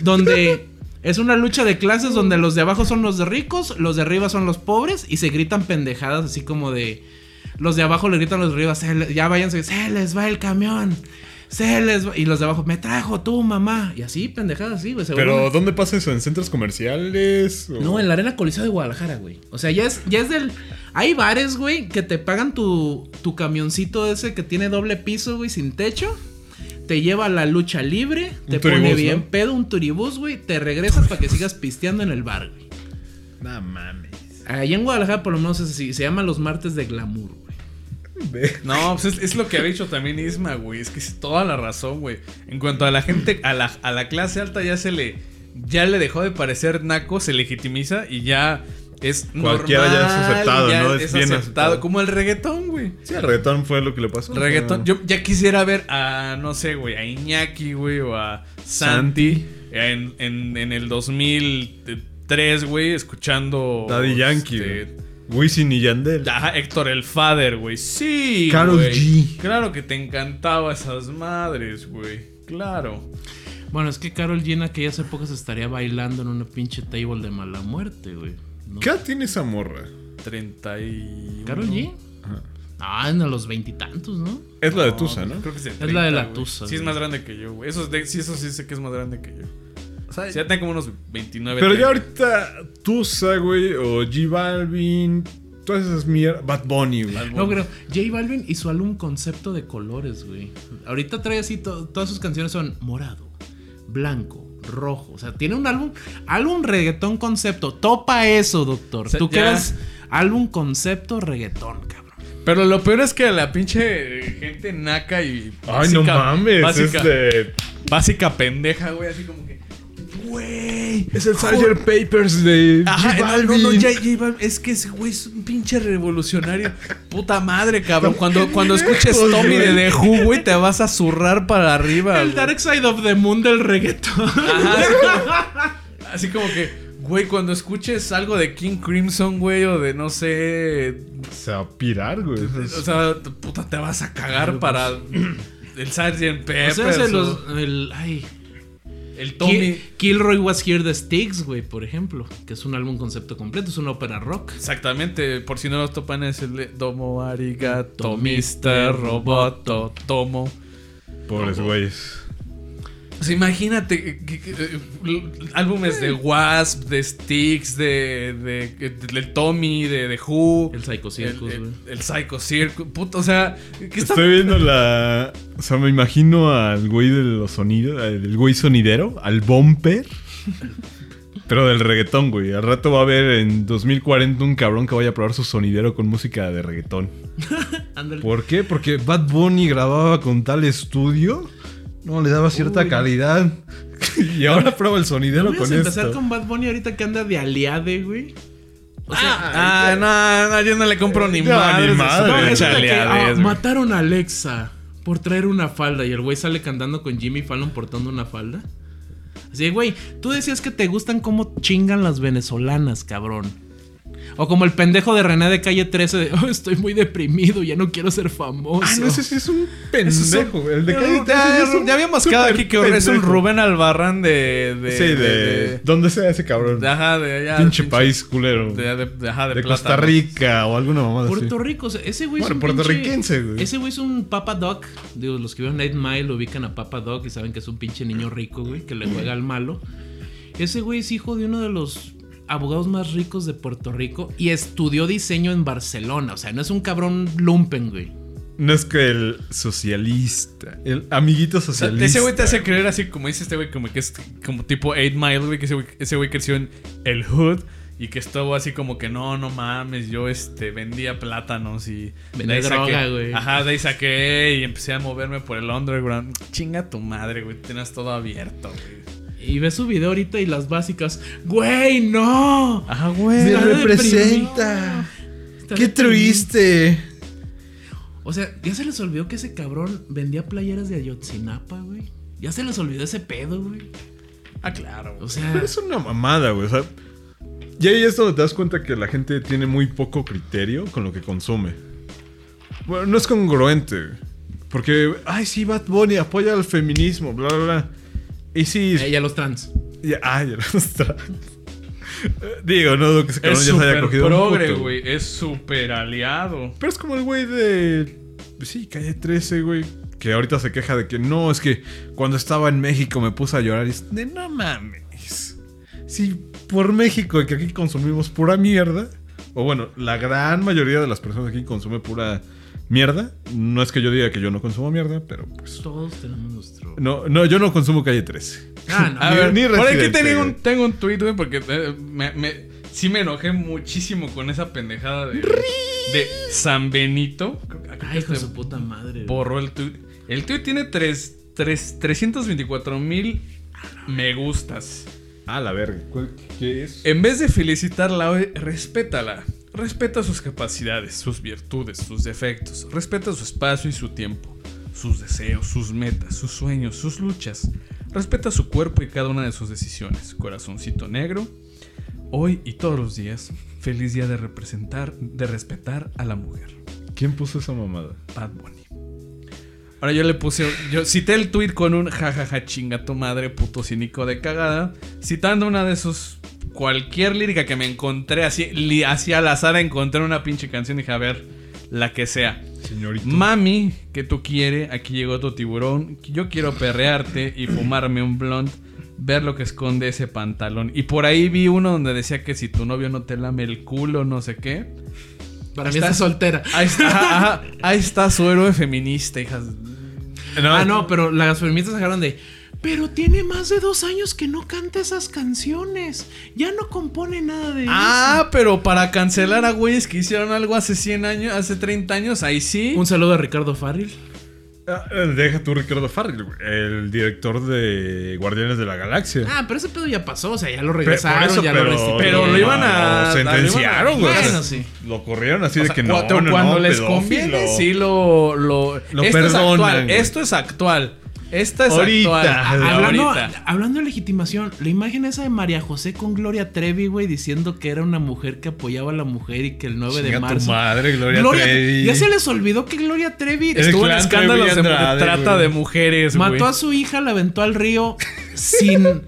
S3: Donde es una lucha de clases donde los de abajo son los de ricos, los de arriba son los pobres. Y se gritan pendejadas así como de. Los de abajo le gritan a los de arriba, "Se le- ya váyanse, se les va el camión. Se les va. Y los de abajo, me trajo tu mamá. Y así, pendejadas así, güey. se
S1: Pero,
S3: vuelven-
S1: ¿dónde pasa eso? ¿En centros comerciales? ¿O-
S3: no, en la Arena Coliseo de Guadalajara, güey. O sea, ya es, ya es del. Hay bares, güey, que te pagan tu, tu camioncito ese que tiene doble piso, güey, sin techo. Te lleva a la lucha libre, te pone
S1: turibús,
S3: bien
S1: ¿no?
S3: pedo, un turibús, güey. Te regresas para que sigas pisteando en el bar, güey.
S1: No mames.
S3: Allá en Guadalajara, por lo menos, es así, se llama los martes de glamour, güey.
S2: No, pues es, es lo que ha dicho también Isma, güey. Es que es toda la razón, güey. En cuanto a la gente, a la, a la clase alta ya se le. Ya le dejó de parecer naco, se legitimiza y ya es.
S1: Cualquiera ya es
S2: normal,
S1: aceptado,
S2: ya
S1: ¿no?
S2: Es,
S1: Es bien
S2: aceptado,
S1: aceptado.
S2: Como el reggaetón, güey.
S1: Sí, el reggaetón fue lo que le pasó.
S2: Reggaetón.
S1: Ah.
S2: Yo ya quisiera ver a, no sé, güey, a Iñaki, güey, o a Santi en, en- en el 2003, güey, escuchando.
S1: Daddy Yankee,
S2: este,
S1: güey. Wisin y Yandel.
S2: Ajá, Héctor el Father, güey. Sí.
S1: Karol
S2: güey.
S1: G.
S2: Claro que te encantaba esas madres, güey. Claro.
S3: Bueno, es que Carol G en aquellas épocas estaría bailando en una pinche table de mala muerte, güey. ¿No?
S1: ¿Qué edad tiene esa morra?
S2: 31.
S3: ¿Carol G?
S1: Ajá.
S3: Ah, en los veintitantes, ¿no?
S1: Es la de Tusa, ¿no?
S2: Creo que es, de
S3: Es la de la
S2: 30, güey.
S3: Tusa,
S2: Sí, es
S3: güey.
S2: más grande que yo, güey. Eso, es de- sí, eso sí sé que es más grande que yo.
S1: O sea,
S2: Sí, ya tengo como unos 29.
S1: Pero ya
S2: 30.
S1: ahorita Tusa, güey, o G Balvin, todas esas mierdas. Bad Bunny, güey.
S2: Bad Bunny.
S3: No, pero J Balvin y su álbum Concepto de Colores, güey. Ahorita trae así, to- todas sus canciones son morado, blanco, rojo. O sea, tiene un álbum, álbum reggaetón concepto. Topa eso, doctor.
S2: O sea,
S3: Tú
S2: ya-
S3: quieres álbum concepto reggaetón, cabrón.
S2: Pero lo peor es que a la pinche eh, gente naca y.
S1: Ay, no
S2: básica-
S1: mames.
S2: Básica,
S1: este,
S2: básica pendeja, güey, así como que. Güey.
S1: Es el Sgt. Papers de. J
S2: Ajá, no,
S1: Balvin.
S2: no, ya, ya, Balvin, es que ese güey es un pinche revolucionario. Puta madre, cabrón. Cuando, cuando escuches
S1: Lejos,
S2: Tommy de
S1: güey.
S2: The Who, güey, te vas a zurrar para arriba.
S3: El
S2: güey.
S3: Dark Side of the Moon del reggaetón.
S2: Ajá, así como, así como que, güey, cuando escuches algo de King Crimson, güey, o de no sé.
S1: Se va a pirar, güey.
S2: O
S3: Pues
S2: sea, t- puta, te vas a cagar para el Sgt.
S3: O
S2: Pepper.
S3: sea, se los- el, ay,
S2: el Eh, Tommy.
S3: Kill- Kilroy Was Here the Sticks, güey, por ejemplo. Que es un álbum concepto completo, es una ópera rock.
S2: Exactamente, por si no los topan es el de Domo Arigato, Mister Roboto, Tomo.
S1: Pobres güeyes.
S2: O sea, imagínate que- que- eh, l- álbumes de Wasp, de Styx, de, de, de- del Tommy, de, de Who.
S3: El Psycho Circus,
S2: el,
S3: güey.
S2: el- el Psycho Circus. Puto, o sea, ¿qué está
S1: Estoy viendo la. O sea, me imagino al güey de los sonidos, al güey sonidero, al bumper. Pero del reggaetón, güey. Al rato va a haber en 2040 un cabrón que vaya a probar su sonidero con música de reggaetón.
S3: Ándale.
S1: ¿Por qué? Porque Bad Bunny grababa con tal estudio. No, le daba cierta calidad. y ahora prueba el sonidero
S3: Vamos
S1: con
S3: a empezar
S1: esto.
S3: con Bad Bunny ahorita que anda de aliade, güey.
S2: ah, no, no, yo no le compro ni
S1: No, ni
S2: madres de sus
S1: madres.
S3: No, es de que,
S2: chaleades,
S3: ah,
S2: güey.
S3: mataron a Alexa por traer una falda y el güey sale cantando con Jimmy Fallon portando una falda. Así, güey, tú decías que te gustan cómo chingan las venezolanas, cabrón. O como el pendejo de René de calle 13 de, "Oh, estoy muy deprimido, ya no quiero ser famoso.
S1: Ah, no, ese sí es un
S2: Eso es un-
S1: pendejo. güey. El de
S2: Ya-
S1: calle
S2: ya,
S1: 13 es un
S2: ya habíamos quedado
S1: súper
S2: aquí que es un
S1: pendejo.
S2: Rubén Albarrán de. de
S1: Sí, de, Ah, ¿Dónde sea ese cabrón?
S2: de- ajá, de allá.
S1: pinche
S2: pinche-
S1: país culero.
S2: De, de- de- ajá, de,
S1: de
S2: plata,
S1: Costa
S2: ¿no?
S1: Rica o alguna mamada así.
S3: Puerto Rico, o sea, ese güey es
S1: Ah, Bueno,
S3: un pinche-
S1: puertorriquense, güey.
S3: Ese güey es un Papa Doc. Digo, los que vieron Night Mile ubican a Papa Doc y saben que es un pinche niño rico, güey, que le juega al malo. Ese güey es hijo de uno de los abogados más ricos de Puerto Rico y estudió diseño en Barcelona. O sea, no es un cabrón lumpen, güey.
S1: No es que el socialista, el amiguito
S2: O sea,
S1: socialista.
S2: ese güey te hace creer así, como dice este güey, como que es como tipo 8 Mile, güey, que ese güey, ese güey creció en el hood y que estuvo así como que no, no mames, yo este vendía plátanos y.
S3: Vendía
S2: de ahí
S3: droga,
S2: saqué-
S3: güey.
S2: Ajá, de ahí saqué y empecé a moverme por el underground. Chinga tu madre, güey, tenías todo abierto, güey.
S3: Y ve su video ahorita y las básicas. ¡Güey, no!
S2: Ajá, güey.
S1: Me
S3: Está
S1: representa.
S3: deprimido. Está
S1: ¡Qué
S3: deprimido.
S1: triste!
S3: O sea, ya se les olvidó que ese cabrón vendía playeras de Ayotzinapa, güey. Ya se les olvidó ese pedo, güey.
S2: Ah, claro, güey.
S3: O sea,
S1: Pero es una mamada, güey. O sea, ya ahí es donde te das cuenta que la gente tiene muy poco criterio con lo que consume. Bueno, no es congruente. güey. Porque, ay, sí, Bad Bunny apoya al feminismo, bla, bla, bla. Y sí,
S3: eh, ya los trans.
S1: Ya, ah, ya no está. Digo, no dudo que ese cabrón
S2: Es
S1: ya se haya
S2: súper
S1: cogido. un
S2: progre,
S1: puto,
S2: güey. Es súper aliado.
S1: Pero es como el güey de. pues Sí, calle 13, güey. Que ahorita se queja de que no, es que cuando estaba en México me puse a llorar y es de no mames. Si por México, que aquí consumimos pura mierda, o bueno, la gran mayoría de las personas aquí consume pura mierda. No es que yo diga que yo no consumo mierda, pero pues.
S3: Todos tenemos nuestro.
S1: No, no yo no consumo calle 13.
S3: Ah, no.
S2: A
S1: Ni-
S2: ver,
S1: ni
S2: por aquí
S1: residente,
S2: tengo un,
S1: güey.
S2: tengo un tweet, güey, porque eh, me, me- sí me enojé muchísimo con esa pendejada de, de San Benito. Creo que- creo que
S3: Ay, hijo de
S2: este
S3: su puta madre. güey.
S2: borró el tweet. El tweet tiene tres- tres- 324 mil me gustas.
S1: Ah, la verga. ¿Cuál- ¿Qué es?
S2: En vez de felicitarla, hoy, respétala. Respeta sus capacidades, sus virtudes, sus defectos. Respeta su espacio y su tiempo, sus deseos, sus metas, sus sueños, sus luchas. Respeta su cuerpo y cada una de sus decisiones. Corazoncito negro, hoy y todos los días, feliz día de representar, de respetar a la mujer.
S1: ¿Quién puso esa mamada?
S2: Bad Bunny. Ahora yo le puse, yo cité el tweet con un jajaja chinga tu madre puto cínico de cagada, citando una de sus cualquier lírica que me encontré así, li- así al azar encontré una pinche canción y dije, a ver, la que sea.
S1: Señorito.
S2: Mami, que tú quieres, aquí llegó tu tiburón, yo quiero perrearte y fumarme un blunt, ver lo que esconde ese pantalón. Y por ahí vi uno donde decía que si tu novio no te lame el culo, no sé qué.
S3: Para mí
S2: Está-
S3: está soltera.
S2: Ahí está, ajá, ahí está su héroe feminista, hijas.
S1: Ah,
S3: este, Ah, no, pero las feministas sacaron de. Pero tiene más de dos años que no canta esas canciones. Ya no compone nada de
S2: Ah, pero para cancelar a güeyes que hicieron algo hace 100 años, hace 30 años, ahí sí.
S3: eso. Un saludo a Ricardo Farril.
S1: Ah, eh, Deja tu Ricardo Farrell, güey, el director de Guardianes de la Galaxia.
S3: Ah, pero ese pedo ya pasó. O sea, ya
S1: Pe-
S3: lo
S1: por
S3: regresaron,
S1: eso,
S3: ya lo restituyeron.
S2: pero lo iban a-
S1: lo sentenciaron,
S2: lo iban
S1: güey.
S2: a-
S3: Bueno, sí.
S1: Lo corrieron así
S2: O
S1: de
S2: sea,
S1: que no.
S2: cuando,
S1: no,
S2: cuando
S1: no,
S2: les
S1: pedófilo.
S2: conviene, sí lo. Lo,
S1: Lo
S2: esto
S1: perdonan,
S2: Es actual,
S1: güey.
S2: esto es actual. Esta es
S1: Ahorita,
S2: actual.
S1: de
S2: Hablando-
S3: Hablando, hablando de legitimación, la imagen esa de María José con Gloria Trevi, güey, diciendo que era una mujer que apoyaba a la mujer y que el 9
S1: Chinga
S3: de
S1: tu
S3: marzo.
S1: madre, Gloria,
S3: Gloria-
S1: Trevi.
S3: Ya se les olvidó que Gloria Trevi
S1: El
S2: Estuvo en
S1: clan
S2: escándalos de
S1: Trevi Andrade,
S2: trata
S1: güey.
S2: de mujeres, güey.
S3: mató a su hija, la aventó al río sin.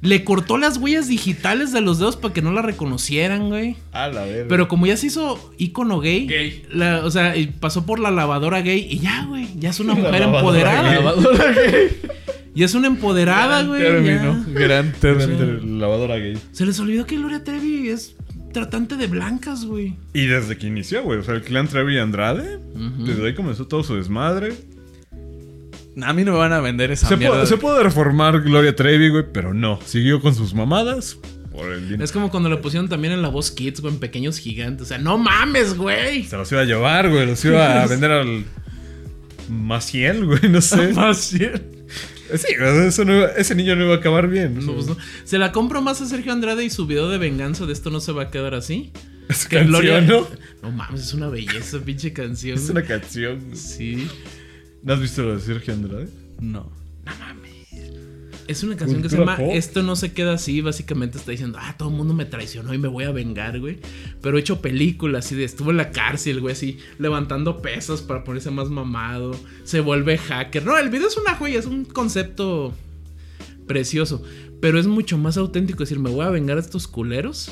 S3: Le cortó las huellas digitales de los dedos para que no la reconocieran, güey.
S1: A la verga.
S3: Pero como ya se hizo ícono gay,
S2: Gay.
S3: la- o sea, y pasó por la lavadora gay y ya, güey, ya es una
S1: La
S3: mujer
S1: lavadora
S3: empoderada.
S1: gay.
S3: Ya es una empoderada, güey.
S2: Término.
S3: ya.
S2: Gran término.
S1: Entre lavadora gay.
S3: Se les olvidó que Gloria Trevi es tratante de blancas, güey.
S1: Y desde que inició, güey. O sea, el clan Trevi Andrade. Desde ahí comenzó todo su desmadre.
S2: A mí no me van a vender esa
S1: Se,
S2: mierda.
S1: puede, se puede reformar Gloria Trevi, güey, pero no. Siguió con sus mamadas por el dinero.
S3: Es como cuando la pusieron también en la voz Kids, güey, en Pequeños Gigantes. O sea, no mames, güey.
S1: Se los iba a llevar, güey. Los iba a vender al. Maciel, güey, no sé.
S2: Más bien.
S1: Sí, o sea, eso no iba- ese niño no iba a acabar bien.
S3: No, pues no. Se la compro más a Sergio Andrade y su video de venganza de esto no se va a quedar así.
S1: Es
S3: que
S1: canción,
S3: Gloria-
S1: ¿no?
S3: No mames, es una belleza, pinche canción.
S1: Es una canción.
S3: Sí.
S1: ¿No has visto lo de Sergio Andrade?
S2: No.
S3: Es una canción que se
S1: Cultura
S3: llama
S1: pop.
S3: Esto no se queda así. Básicamente está diciendo, ah, todo el mundo me traicionó y me voy a vengar, güey. Pero he hecho películas así de estuvo en la cárcel, güey, así levantando pesas para ponerse más mamado. Se vuelve hacker. No, el video es una joya, es un concepto precioso. Pero es mucho más auténtico decir, me voy a vengar a estos culeros.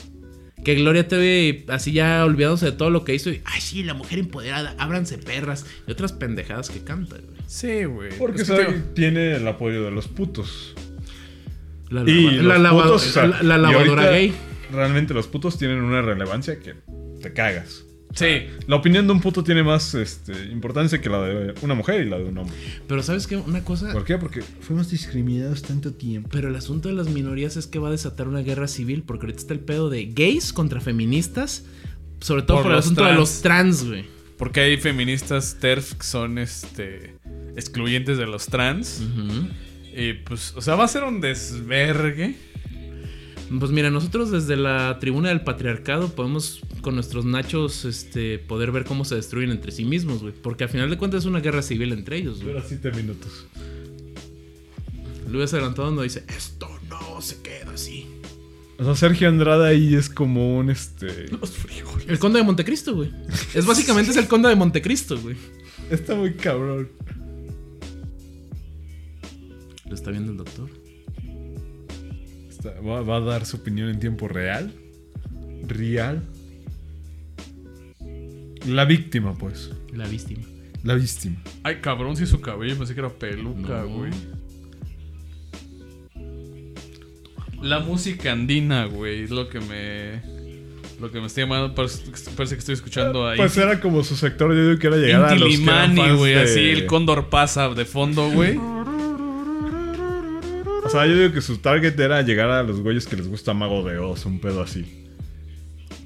S3: Que Gloria TV, así ya olvidándose de todo lo que hizo. Y, ay, sí, la mujer empoderada, ábranse perras. Y otras pendejadas que canta, güey.
S2: Sí, güey.
S1: Porque
S2: Es que te
S1: sabe
S2: digo-
S1: que tiene el apoyo de los putos.
S3: La,
S1: Y
S3: lava-
S1: los
S3: la lavado-
S1: putos, o sea,
S3: la- la
S1: y
S3: lavadora
S1: ahorita
S3: gay.
S1: Realmente los putos tienen una relevancia que te cagas.
S2: Sí.
S1: La opinión de un puto tiene más este, importancia que la de una mujer y la de un hombre.
S3: Pero sabes qué, una cosa,
S1: ¿Por qué? Porque fuimos discriminados tanto tiempo.
S3: pero el asunto de las minorías es que va a desatar una guerra civil porque ahorita está el pedo de gays contra feministas, sobre todo
S2: Por
S3: por, el
S2: los
S3: asunto de
S2: trans.
S3: los trans, güey.
S2: Porque hay feministas TERF que son este excluyentes de los trans. Y pues, o sea, va a ser un desvergue.
S3: Pues mira, nosotros desde la tribuna del patriarcado podemos con nuestros nachos este poder ver cómo se destruyen entre sí mismos, güey, porque al final de cuentas es una guerra civil entre ellos, güey.
S1: Dura 7 minutos.
S3: Luis adelantado no dice, "Esto no se queda así."
S1: O sea, Sergio Andrade ahí es como un este.
S3: El conde de Montecristo, güey. Es básicamente es el conde de Montecristo, güey.
S1: Está muy cabrón.
S3: Lo está viendo el doctor.
S1: Está- va, va a dar su opinión en tiempo real. Real. La víctima, pues.
S3: La víctima.
S1: La víctima.
S2: Ay, cabrón, si su cabello pensé que era peluca,
S3: No.
S2: güey. La música andina, güey, es lo que me. Lo que me está llamando. Parece, parece que estoy escuchando ahí.
S1: Pues era como su sector, yo digo que era llegar a los que eran
S2: Intilimani,
S1: fans
S2: güey,
S1: de-
S2: así el cóndor pasa de fondo, güey.
S1: O sea, yo digo que su target era llegar a los güeyes que les gusta Mago de Oz, un pedo así.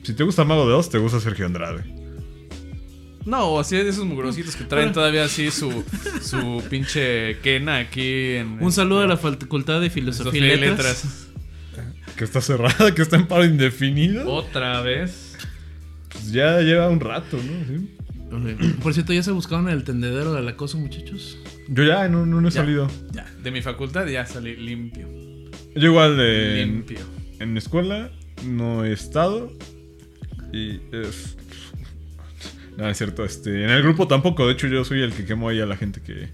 S1: Si te gusta Mago de Oz, te gusta Sergio Andrade.
S2: No, o así de esos mugrositos que traen todavía así su, su pinche quena aquí en.
S3: Un saludo a la Facultad de Filosofía y Letras.
S1: Que está cerrada, que está en paro indefinido.
S2: Otra vez.
S1: Pues ya lleva un rato, ¿no? Sí.
S3: Ok. Por cierto, ya se buscaron el tendedero del acoso, muchachos.
S1: Yo ya no, no, no he
S2: Ya.
S1: salido.
S2: Ya, de mi facultad ya salí limpio.
S1: Yo igual de...
S2: limpio.
S1: En la escuela no he estado. Y. es- No, es cierto. Este, en el grupo tampoco. De hecho, yo soy el que quemo ahí a la gente que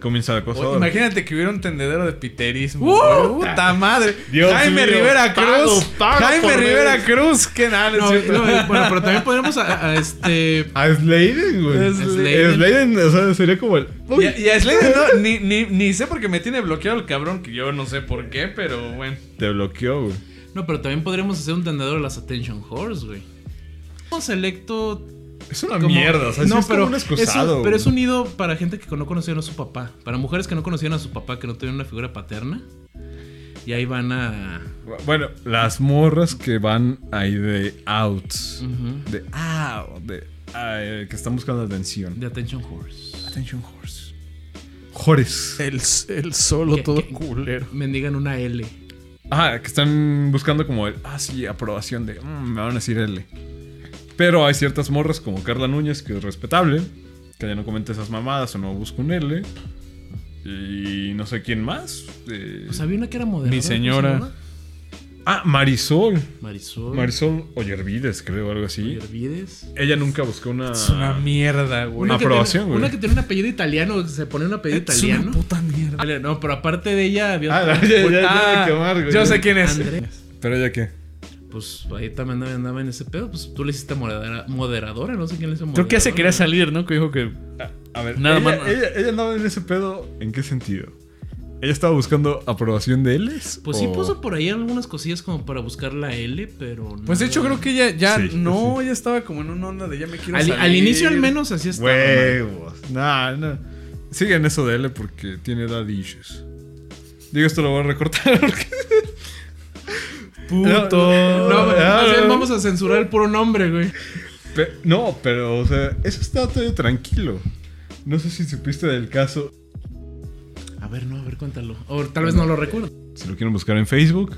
S1: comienza de
S2: O-
S1: acosador.
S2: imagínate que hubiera un tendedero de piterismo.
S3: ¡Uh!
S2: güey. ¡Puta madre!
S1: Dios
S2: Jaime
S1: mío,
S2: Rivera
S1: pago,
S2: Cruz.
S1: pago
S2: Jaime
S1: por
S2: Rivera
S1: ver.
S2: Cruz. Que nada, no es
S3: No,
S2: cierto.
S3: no, eh, bueno, pero también podremos a, a este.
S1: A Sladen, Ah, güey.
S3: Sladen.
S1: Sladen, o sea, sería como el.
S2: Y a- y a Slater, no, ni, ni, ni sé por qué me tiene bloqueado el cabrón, que yo no sé por qué, pero bueno.
S1: Te bloqueó, güey.
S3: No, pero también podríamos hacer un tendedero de las Attention Horse, güey. Un selecto
S1: Es una
S3: Como-
S1: mierda, o sea, no, es pero, como un excusado.
S3: es un, pero es
S1: güey.
S3: un nido para gente que no conocieron a su papá. Para mujeres que no conocían a su papá, que no tenían una figura paterna. Y ahí van a.
S1: Bueno, las morras que van ahí de out.
S3: Ujú.
S1: De out. De, ah, eh, que están buscando atención.
S3: De Attention Horse.
S1: Attention horse. Jores.
S2: El, el solo
S3: ¿Qué-
S2: todo
S3: qué-
S2: culero.
S3: Mendigan una L.
S1: Ah, que están buscando como el. Ah, sí, aprobación de. mm, me van a decir L. Pero hay ciertas morras como Carla Núñez, que es respetable. Que ya no comenta esas mamadas o no busca un L. Y no sé quién más. eh,
S3: Pues había una que era moderna.
S2: Mi señora.
S1: ah, Marisol.
S3: Marisol.
S1: Marisol Ollervides, creo, algo así.
S3: Yervides.
S1: Ella nunca buscó una.
S2: Es una mierda, güey.
S1: Ah. Una
S3: que tiene-
S1: aprobación, güey.
S3: Una que tiene un apellido italiano, se pone un apellido
S2: Es una
S3: italiano.
S2: puta mierda.
S3: Vale, No, pero aparte de ella había
S1: Ah,
S3: otra.
S1: ya, ya, ya,
S2: Ah,
S1: de quemar, güey.
S2: yo sé quién es.
S3: Andrés.
S1: Pero ella qué.
S3: Pues ahí también andaba, andaba en ese pedo. Pues tú le hiciste moderadora, moderadora no sé quién le hizo
S2: Creo
S3: moderadora.
S2: que ya se quería salir, ¿no? Que dijo que.
S1: A ver,
S2: Nada
S1: ella,
S2: más-
S1: Ella, ella andaba en ese pedo, ¿en qué sentido? ¿Ella estaba buscando aprobación de L's?
S3: Pues
S1: o-
S2: Oh.
S3: sí puso por ahí algunas cosillas como para buscar la L, pero no.
S2: Pues de hecho, creo que ella ya.
S1: Sí,
S2: no, ella estaba como en una onda de ya me quiero
S3: Al,
S2: salir.
S3: al inicio al menos así estaba. madre.
S1: Huevos. Nah, no. Siguen eso de L porque tiene edad issues. Digo, esto lo voy a recortar. porque-
S3: Puto.
S1: No,
S3: No,
S1: no,
S2: Ah.
S3: más bien
S1: no.
S3: vamos a censurar el puro nombre, güey.
S1: Pe- no, pero, o sea, eso está todavía tranquilo. No sé si supiste del caso.
S3: A ver, no, a ver, cuéntalo. O tal vez no lo recuerdo.
S1: Si lo quieren buscar en Facebook.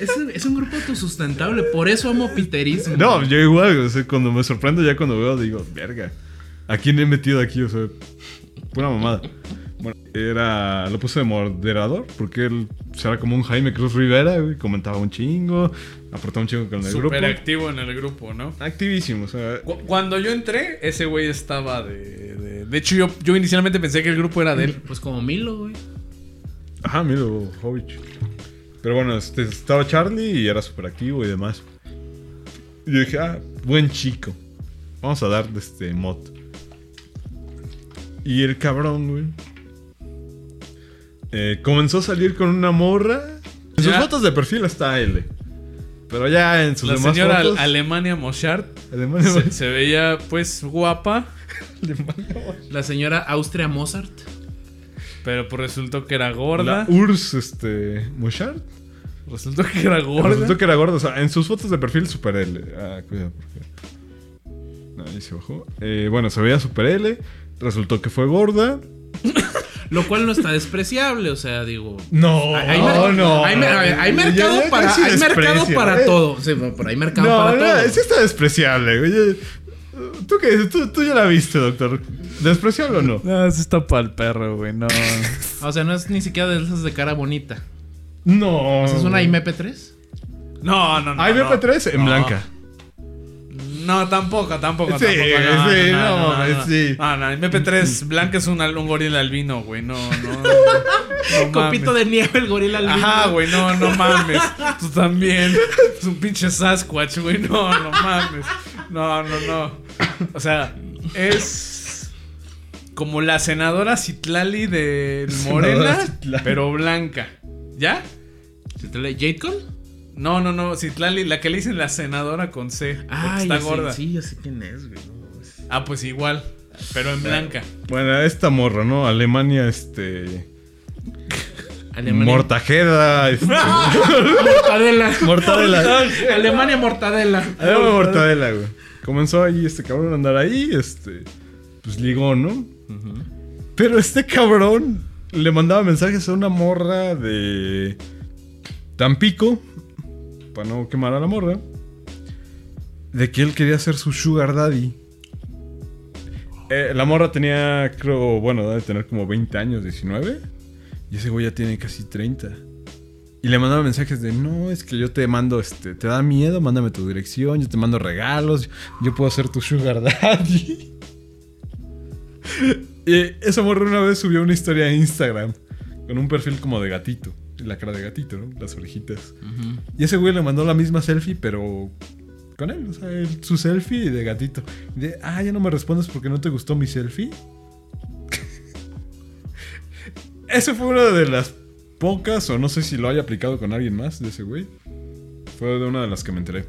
S3: Es, es un grupo autosustentable, por eso amo piterismo.
S1: No, yo igual, o sea, cuando me sorprendo ya cuando veo digo, verga, ¿a quién he metido aquí? O sea, pura mamada. Bueno, era, lo puse de moderador porque él será como un Jaime Cruz Rivera, güey, comentaba un chingo, aportaba un chingo con el
S2: Súper
S1: grupo.
S2: activo en el grupo, ¿no?
S1: Activísimo, o sea,
S2: Cu- Cuando yo entré, ese güey estaba de. De, de hecho, yo, yo inicialmente pensé que el grupo era de él.
S3: Pues como Milo, güey.
S1: ajá, mira, Hobbit. Pero bueno, este, estaba Charlie y era súper activo y demás. Y yo dije, ah, buen chico. Vamos a dar este mod. Y el cabrón, güey. eh, comenzó a salir con una morra. En sus
S2: Ya.
S1: fotos de perfil está L. Pero ya en sus
S2: La
S1: demás
S2: señora
S1: fotos.
S2: Alemania Moschart
S1: Alemania-
S2: se, se veía, pues, guapa,
S1: Alemania-
S3: La señora Austria Mozart.
S2: pero pues resultó que era
S1: La
S2: gorda.
S1: URSS, este. Mouchard.
S2: Resultó que era gorda.
S1: Resultó que era gordo. O sea, en sus fotos de perfil, super L. Ah, cuidado, porque. No, ahí se bajó. Eh, bueno, se veía super L. Resultó que fue gorda.
S3: Lo cual no está despreciable, o sea, digo.
S1: No,
S3: Hay, merc- hay mer- a ver, hay mercado, para, hay mercado para todo. Sí, pero hay mercado
S1: Eh, No,
S3: para
S1: no,
S3: todo.
S1: sí está despreciable, güey. Yo- ¿Tú qué dices? ¿Tú, tú ya la viste, doctor. ¿Despreciable o no?
S2: No, eso está para el perro, güey. No.
S3: O sea, no es ni siquiera de esas de cara bonita.
S1: No. Ah,
S3: ¿Es una IMP3?
S2: No, no, no.
S1: Hay BP3 en
S2: No.
S1: blanca.
S2: No, tampoco, tampoco.
S1: Sí,
S2: tampoco. No,
S1: sí, no,
S2: no, no,
S1: mames,
S2: no.
S1: sí.
S2: Ah, no, MP3 Blanca es un, al- un gorila albino, güey. No, no. no, no
S3: Copito
S2: mames.
S3: de nieve, el gorila albino.
S2: Ajá, güey, no, no mames. Tú también. Es un pinche Sasquatch, güey. No, no mames. No, no, no. O sea, es como la senadora Citlali de Morena,
S1: Senadora Citlali.
S2: pero blanca. ¿Ya?
S3: ¿Se te lee ¿Jade Cole?
S2: No, no, no, Citlali, la que le dicen la senadora con C, porque está
S3: Ah, ya sé,
S2: gorda.
S3: sí, ya sé quién es, güey. no mames.
S2: Ah, pues igual, pero en blanca.
S1: Bueno, esta morra, ¿no? Alemania, este.
S3: Alemania.
S1: Mortajeda. Este,
S3: Mortadela.
S1: mortadela.
S3: Alemania Mortadela.
S1: Ahí va Mortadela, güey. Comenzó ahí este cabrón a andar ahí, este. Pues ligó, ¿no? Pero este cabrón le mandaba mensajes a una morra de. Tampico. Para no quemar a la morra. De que él quería ser su sugar daddy. Eh, la morra tenía, creo, bueno, debe tener como 20 años, 19. Y ese güey ya tiene casi 30. Y le mandaba mensajes de, no, es que yo te mando, este, te da miedo, mándame tu dirección, yo te mando regalos, yo puedo ser tu sugar daddy. y esa morra una vez subió una historia a Instagram con un perfil como de gatito, la cara de gatito, ¿no? Las orejitas. Y ese güey le mandó la misma selfie, pero con él, o sea, él- su selfie de gatito. Y de, ah, ya no me respondes porque no te gustó mi selfie. Esa fue una de las pocas, o no sé si lo haya aplicado con alguien más de ese güey. Fue de una de las que me enteré.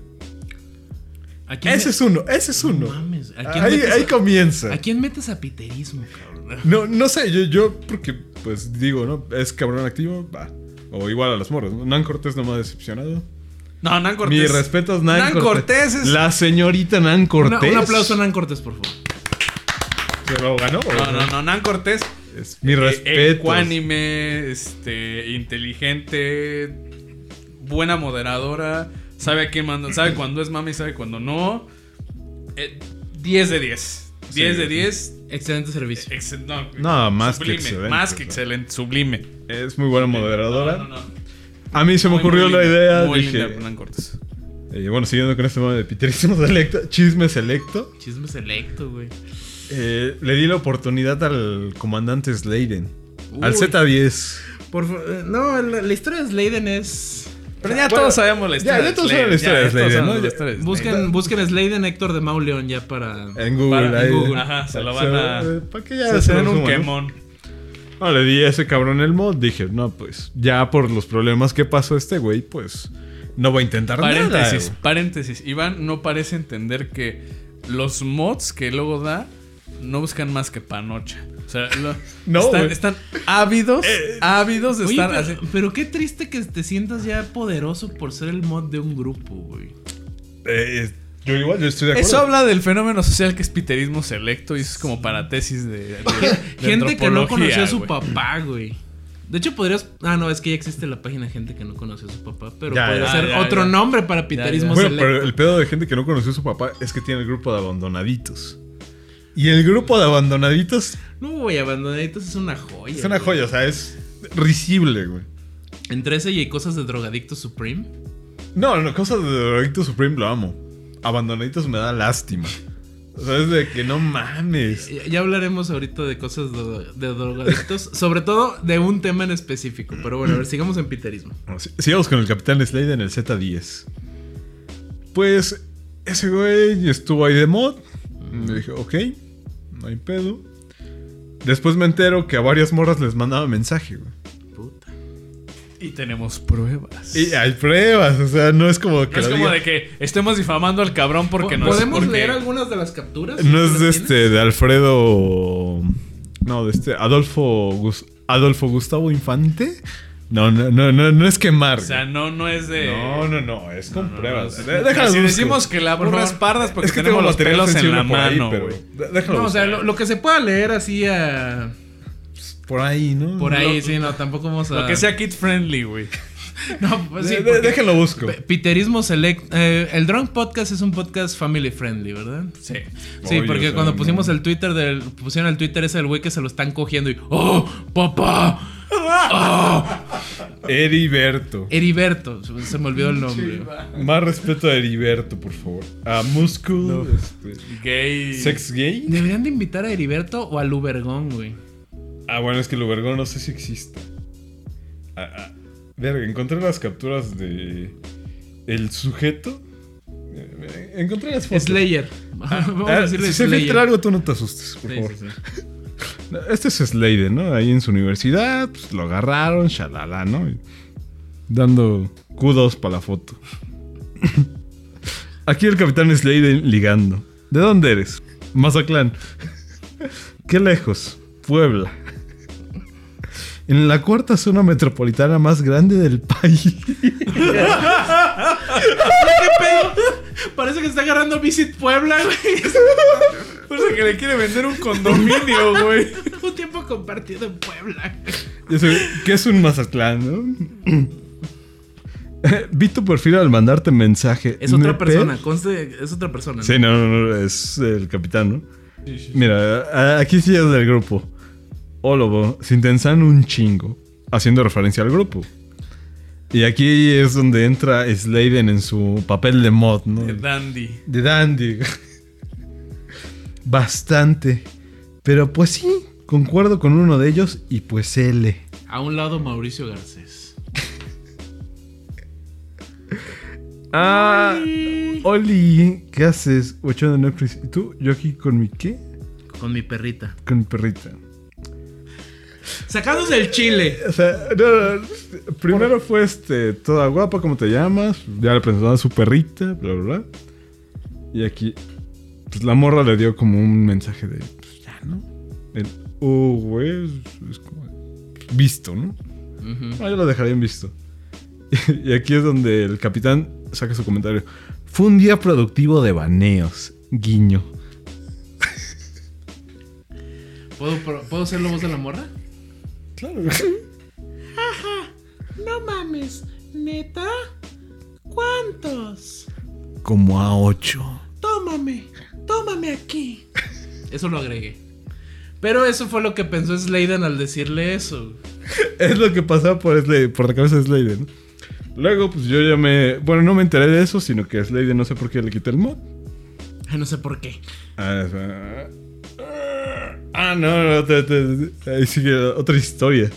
S3: ¿A quién
S1: Ese
S3: me-
S1: es uno, ese es
S3: No
S1: uno.
S3: mames, ¿a quién
S1: ahí
S3: metes
S1: ahí
S3: a-
S1: comienza.
S3: ¿A quién metes a piterismo, cabrón?
S1: No, no sé, yo, yo porque pues digo, ¿no? Es cabrón activo, va. O igual a las morras, ¿no? Nan Cortés no me ha decepcionado.
S3: No, Nan Cortés.
S1: Mi respeto es Nan,
S3: Nan Cortés es-
S1: La señorita Nan
S3: Una-
S1: Cortés.
S3: un aplauso a Nan Cortés, por favor.
S1: ¿Se lo ganó?
S2: No, no, no, Nan Cortés.
S1: Es mi
S2: Eh,
S1: respeto.
S2: Ecuánime, este, inteligente, buena moderadora, sabe a quién manda, sabe cuándo es mami y sabe cuándo no. Eh, 10 de 10. 10
S1: Sí.
S2: de 10.
S3: Excelente servicio.
S2: ex- no,
S1: No, más que
S2: sublime,
S1: excelente,
S2: Más que
S1: o sea.
S2: excelente, sublime.
S1: Es muy
S3: Eh,
S1: buena moderadora.
S2: No, no, no.
S1: A mí se me
S2: Muy,
S1: ocurrió
S2: muy
S1: la
S2: linda,
S1: idea.
S2: Muy
S1: dije,
S2: linda, Nan Cortés.
S1: eh, bueno, siguiendo con este tema de piterismo selecto, chisme selecto,
S3: Chisme selecto, güey.
S1: eh, le di la oportunidad al comandante Sladen. Al
S3: Uy.
S1: Z10.
S3: Por fa- eh, No, la, la historia de Sladen es.
S2: Pero ya
S1: Bueno,
S2: todos sabemos la
S1: ya,
S2: historia.
S1: ya todos saben la historia de Slayer, ¿no? Ya-
S3: Busquen, busquen Sladen Héctor de Mauleón ya para.
S2: Eh,
S1: En Google.
S2: Para- en
S1: ahí.
S2: Google, ajá, se lo van a-
S1: eh, ¿Para qué ya
S2: Se hacen
S1: lo
S2: un
S1: suman, no?
S2: quemón.
S1: No, le di a ese cabrón el mod. Dije, no, pues ya por los problemas que pasó este güey, pues no voy a intentar Pues nada.
S2: Paréntesis,
S1: güey.
S2: paréntesis. Iván no parece entender que los mods que luego da no buscan más que panocha. O sea, lo-
S1: No,
S2: están,
S1: güey. Eh,
S2: están ávidos, ávidos de
S3: Oye,
S2: estar
S3: pero,
S2: así.
S3: pero qué triste que te sientas ya poderoso por ser el mod de un grupo, güey.
S1: Eh, yo igual, yo estoy de acuerdo.
S2: Eso habla del fenómeno social que es piterismo selecto y eso es como para tesis de, de- de
S3: Gente que no
S2: antropología,
S3: conocía a su
S2: güey.
S3: papá, güey. De hecho, podrías. Ah, no, es que ya existe la página de gente que no conoce a su papá, pero
S1: Ya,
S3: podría
S1: ya,
S3: ser
S2: ya,
S3: otro
S2: ya.
S3: nombre para pitarismo
S2: ya.
S1: Bueno,
S3: selecto.
S1: pero el pedo de gente que no conoció a su papá es que tiene el grupo de abandonaditos. Y el grupo de abandonaditos
S3: No, güey, Abandonaditos es una joya.
S1: es una
S3: güey.
S1: joya, o sea, es risible, güey.
S3: Entre ese y hay cosas de drogadicto Supreme.
S1: No, no, cosas de Drogadictos Supreme lo amo. Abandonaditos me da lástima. O sea, es de que no mames.
S3: Ya, ya hablaremos ahorita de cosas de, de drogadictos, sobre todo de un tema en específico. Pero bueno, a ver, sigamos en piterismo.
S1: Bueno, si- Sigamos con el Capitán Slade en el Z10. Pues ese güey estuvo ahí de mod. Me dije, ok, no hay pedo. Después me entero que a varias morras les mandaba mensaje, güey.
S3: Puta.
S2: Y tenemos pruebas.
S1: Y hay pruebas, o sea, no es como que.
S2: no es
S1: lo
S2: como
S1: diga.
S2: de que estemos difamando al cabrón porque no
S3: ¿Podemos
S2: porque-
S3: leer algunas de las capturas?
S2: Pues
S1: No es de
S3: ¿Las
S1: este, de Alfredo. No, de este, Adolfo, Gus- Adolfo Gustavo Infante. No, no, no, no, no es quemar.
S2: O sea,
S1: güey.
S2: no, no es de.
S1: no, no, no, es con pruebas.
S2: Si
S1: De- déjalo busco.
S2: decimos que la
S1: Por
S2: burra es
S1: favor.
S2: pardas porque
S1: Es que
S2: tenemos
S1: tengo
S2: los
S1: material
S2: pelos en
S1: sensible
S2: la
S1: por ahí,
S2: mano,
S1: pero-
S2: güey.
S1: de- Déjalo
S3: No, o sea,
S1: buscar.
S3: lo, lo que se pueda leer así a.
S1: Por ahí, ¿no?
S3: Por ahí,
S2: Lo-
S3: sí, no, tampoco vamos a.
S2: Lo que sea kid friendly, güey.
S3: No, pues sí.
S1: De- de-
S3: porque
S1: déjenlo busco.
S3: P- Piterismo Select. eh, el Drunk Podcast es un podcast family friendly, ¿verdad?
S2: Sí.
S3: Sí,
S1: Oye,
S3: porque
S1: o sea,
S3: cuando
S1: no.
S3: pusimos el Twitter del. Pusieron el Twitter ese del güey que se lo están cogiendo y. ¡Oh! ¡Papá!
S2: Ah.
S3: ¡Oh!
S1: Heriberto.
S2: Eh.
S3: Heriberto. Se se me olvidó el nombre.
S1: Más respeto a Heriberto, por favor. A Muscu. este,
S2: Gay.
S1: ¿Sex gay?
S3: Deberían de invitar a Heriberto o al Ubergón, güey.
S1: Ah, bueno, es que el Ubergón no sé si existe. Ah, ah. Verga, encontré las capturas de. El sujeto. Eh, eh, Encontré las fotos.
S3: Slayer. Vamos a
S1: Ah,
S3: decirle
S1: si se
S3: Slayer.
S1: filtra algo, tú no te asustes, por
S3: Sí,
S1: favor.
S3: sí, sí.
S1: Este es Slade, ¿no? Ahí en su universidad, pues lo agarraron, shalala, ¿no? Y dando kudos para la foto. Aquí el capitán Slade ligando. ¿De dónde eres? Mazatlán. ¿Qué lejos? Puebla. En la cuarta zona metropolitana más grande del país.
S3: ¿Qué pedo? Parece que está agarrando Visit Puebla, güey.
S2: Parece que le quiere vender un condominio, güey.
S3: Un tiempo compartido en Puebla.
S1: Ya sé, ¿Qué es un Mazatlán, no? Vi tu perfil al mandarte mensaje.
S3: Es otra
S1: Me
S3: persona, conste, es otra persona. ¿no?
S1: Sí, no, no, no, es el capitán, ¿no? Mira, a- aquí sí es del grupo. Ólobo, Sintensan un chingo, haciendo referencia al grupo. Y aquí es donde entra Sladen en su papel de mod, ¿no?
S2: De Dandy.
S1: De dandy. Bastante. Pero pues sí, concuerdo con uno de ellos y pues L.
S3: A un lado Mauricio Garcés.
S1: Ah, Oli, ¿qué haces? Ocho de Netflix. ¿Y tú? Yo aquí con mi qué?
S3: Con mi perrita.
S1: Con mi perrita.
S3: Sacados del Chile.
S1: O sea, no, no, no. primero fue este, toda guapa, ¿cómo te llamas? Ya le presentaba a su perrita, bla, bla, bla. Y aquí, pues la morra le dio como un mensaje de, pues ya, ¿no? El, oh, güey, es- es como visto, ¿no? No, yo lo dejaría en visto. Y aquí es donde el capitán saca su comentario. Fue un día productivo de baneos. Guiño.
S3: ¿Puedo, pro- ¿Puedo ser la voz de la morra?
S1: Claro.
S3: No mames, neta. ¿Cuántos?
S1: Como a 8.
S3: Tómame, tómame aquí. Eso lo agregué. Pero eso fue lo que pensó Sladen al decirle eso.
S1: Es lo que pasaba por, Slade- por la cabeza de Sladen. Luego, pues yo ya me. Bueno, no me enteré de eso, sino que Sladen no sé por qué le quité el mod.
S3: Ay, no sé por qué.
S1: Ah, es- ah, ah, no, no, te- te- ahí sigue otra historia.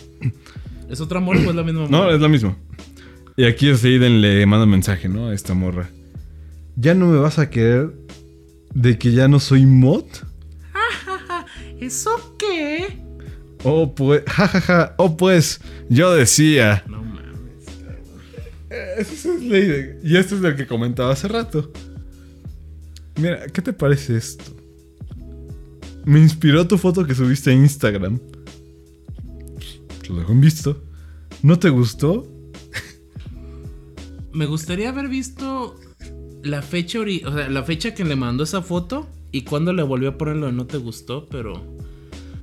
S3: ¿Es otro amor o es la misma
S1: No,
S3: morra?
S1: es la misma. Y aquí Seiden le manda un mensaje, ¿no? A esta morra. ¿Ya no me vas a querer de que ya no soy mod?
S3: ¿Eso qué?
S1: Oh, pues, jajaja, oh, pues, yo decía.
S3: No mames.
S1: Ese es Seiden. Y este es el que comentaba hace rato. Mira, ¿qué te parece esto? Me inspiró tu foto que subiste a Instagram. Te lo dejo en visto. ¿No te gustó?
S3: Me gustaría haber visto la fecha, ori- o sea, la fecha que le mandó esa foto y cuando le volvió a ponerlo no te gustó, pero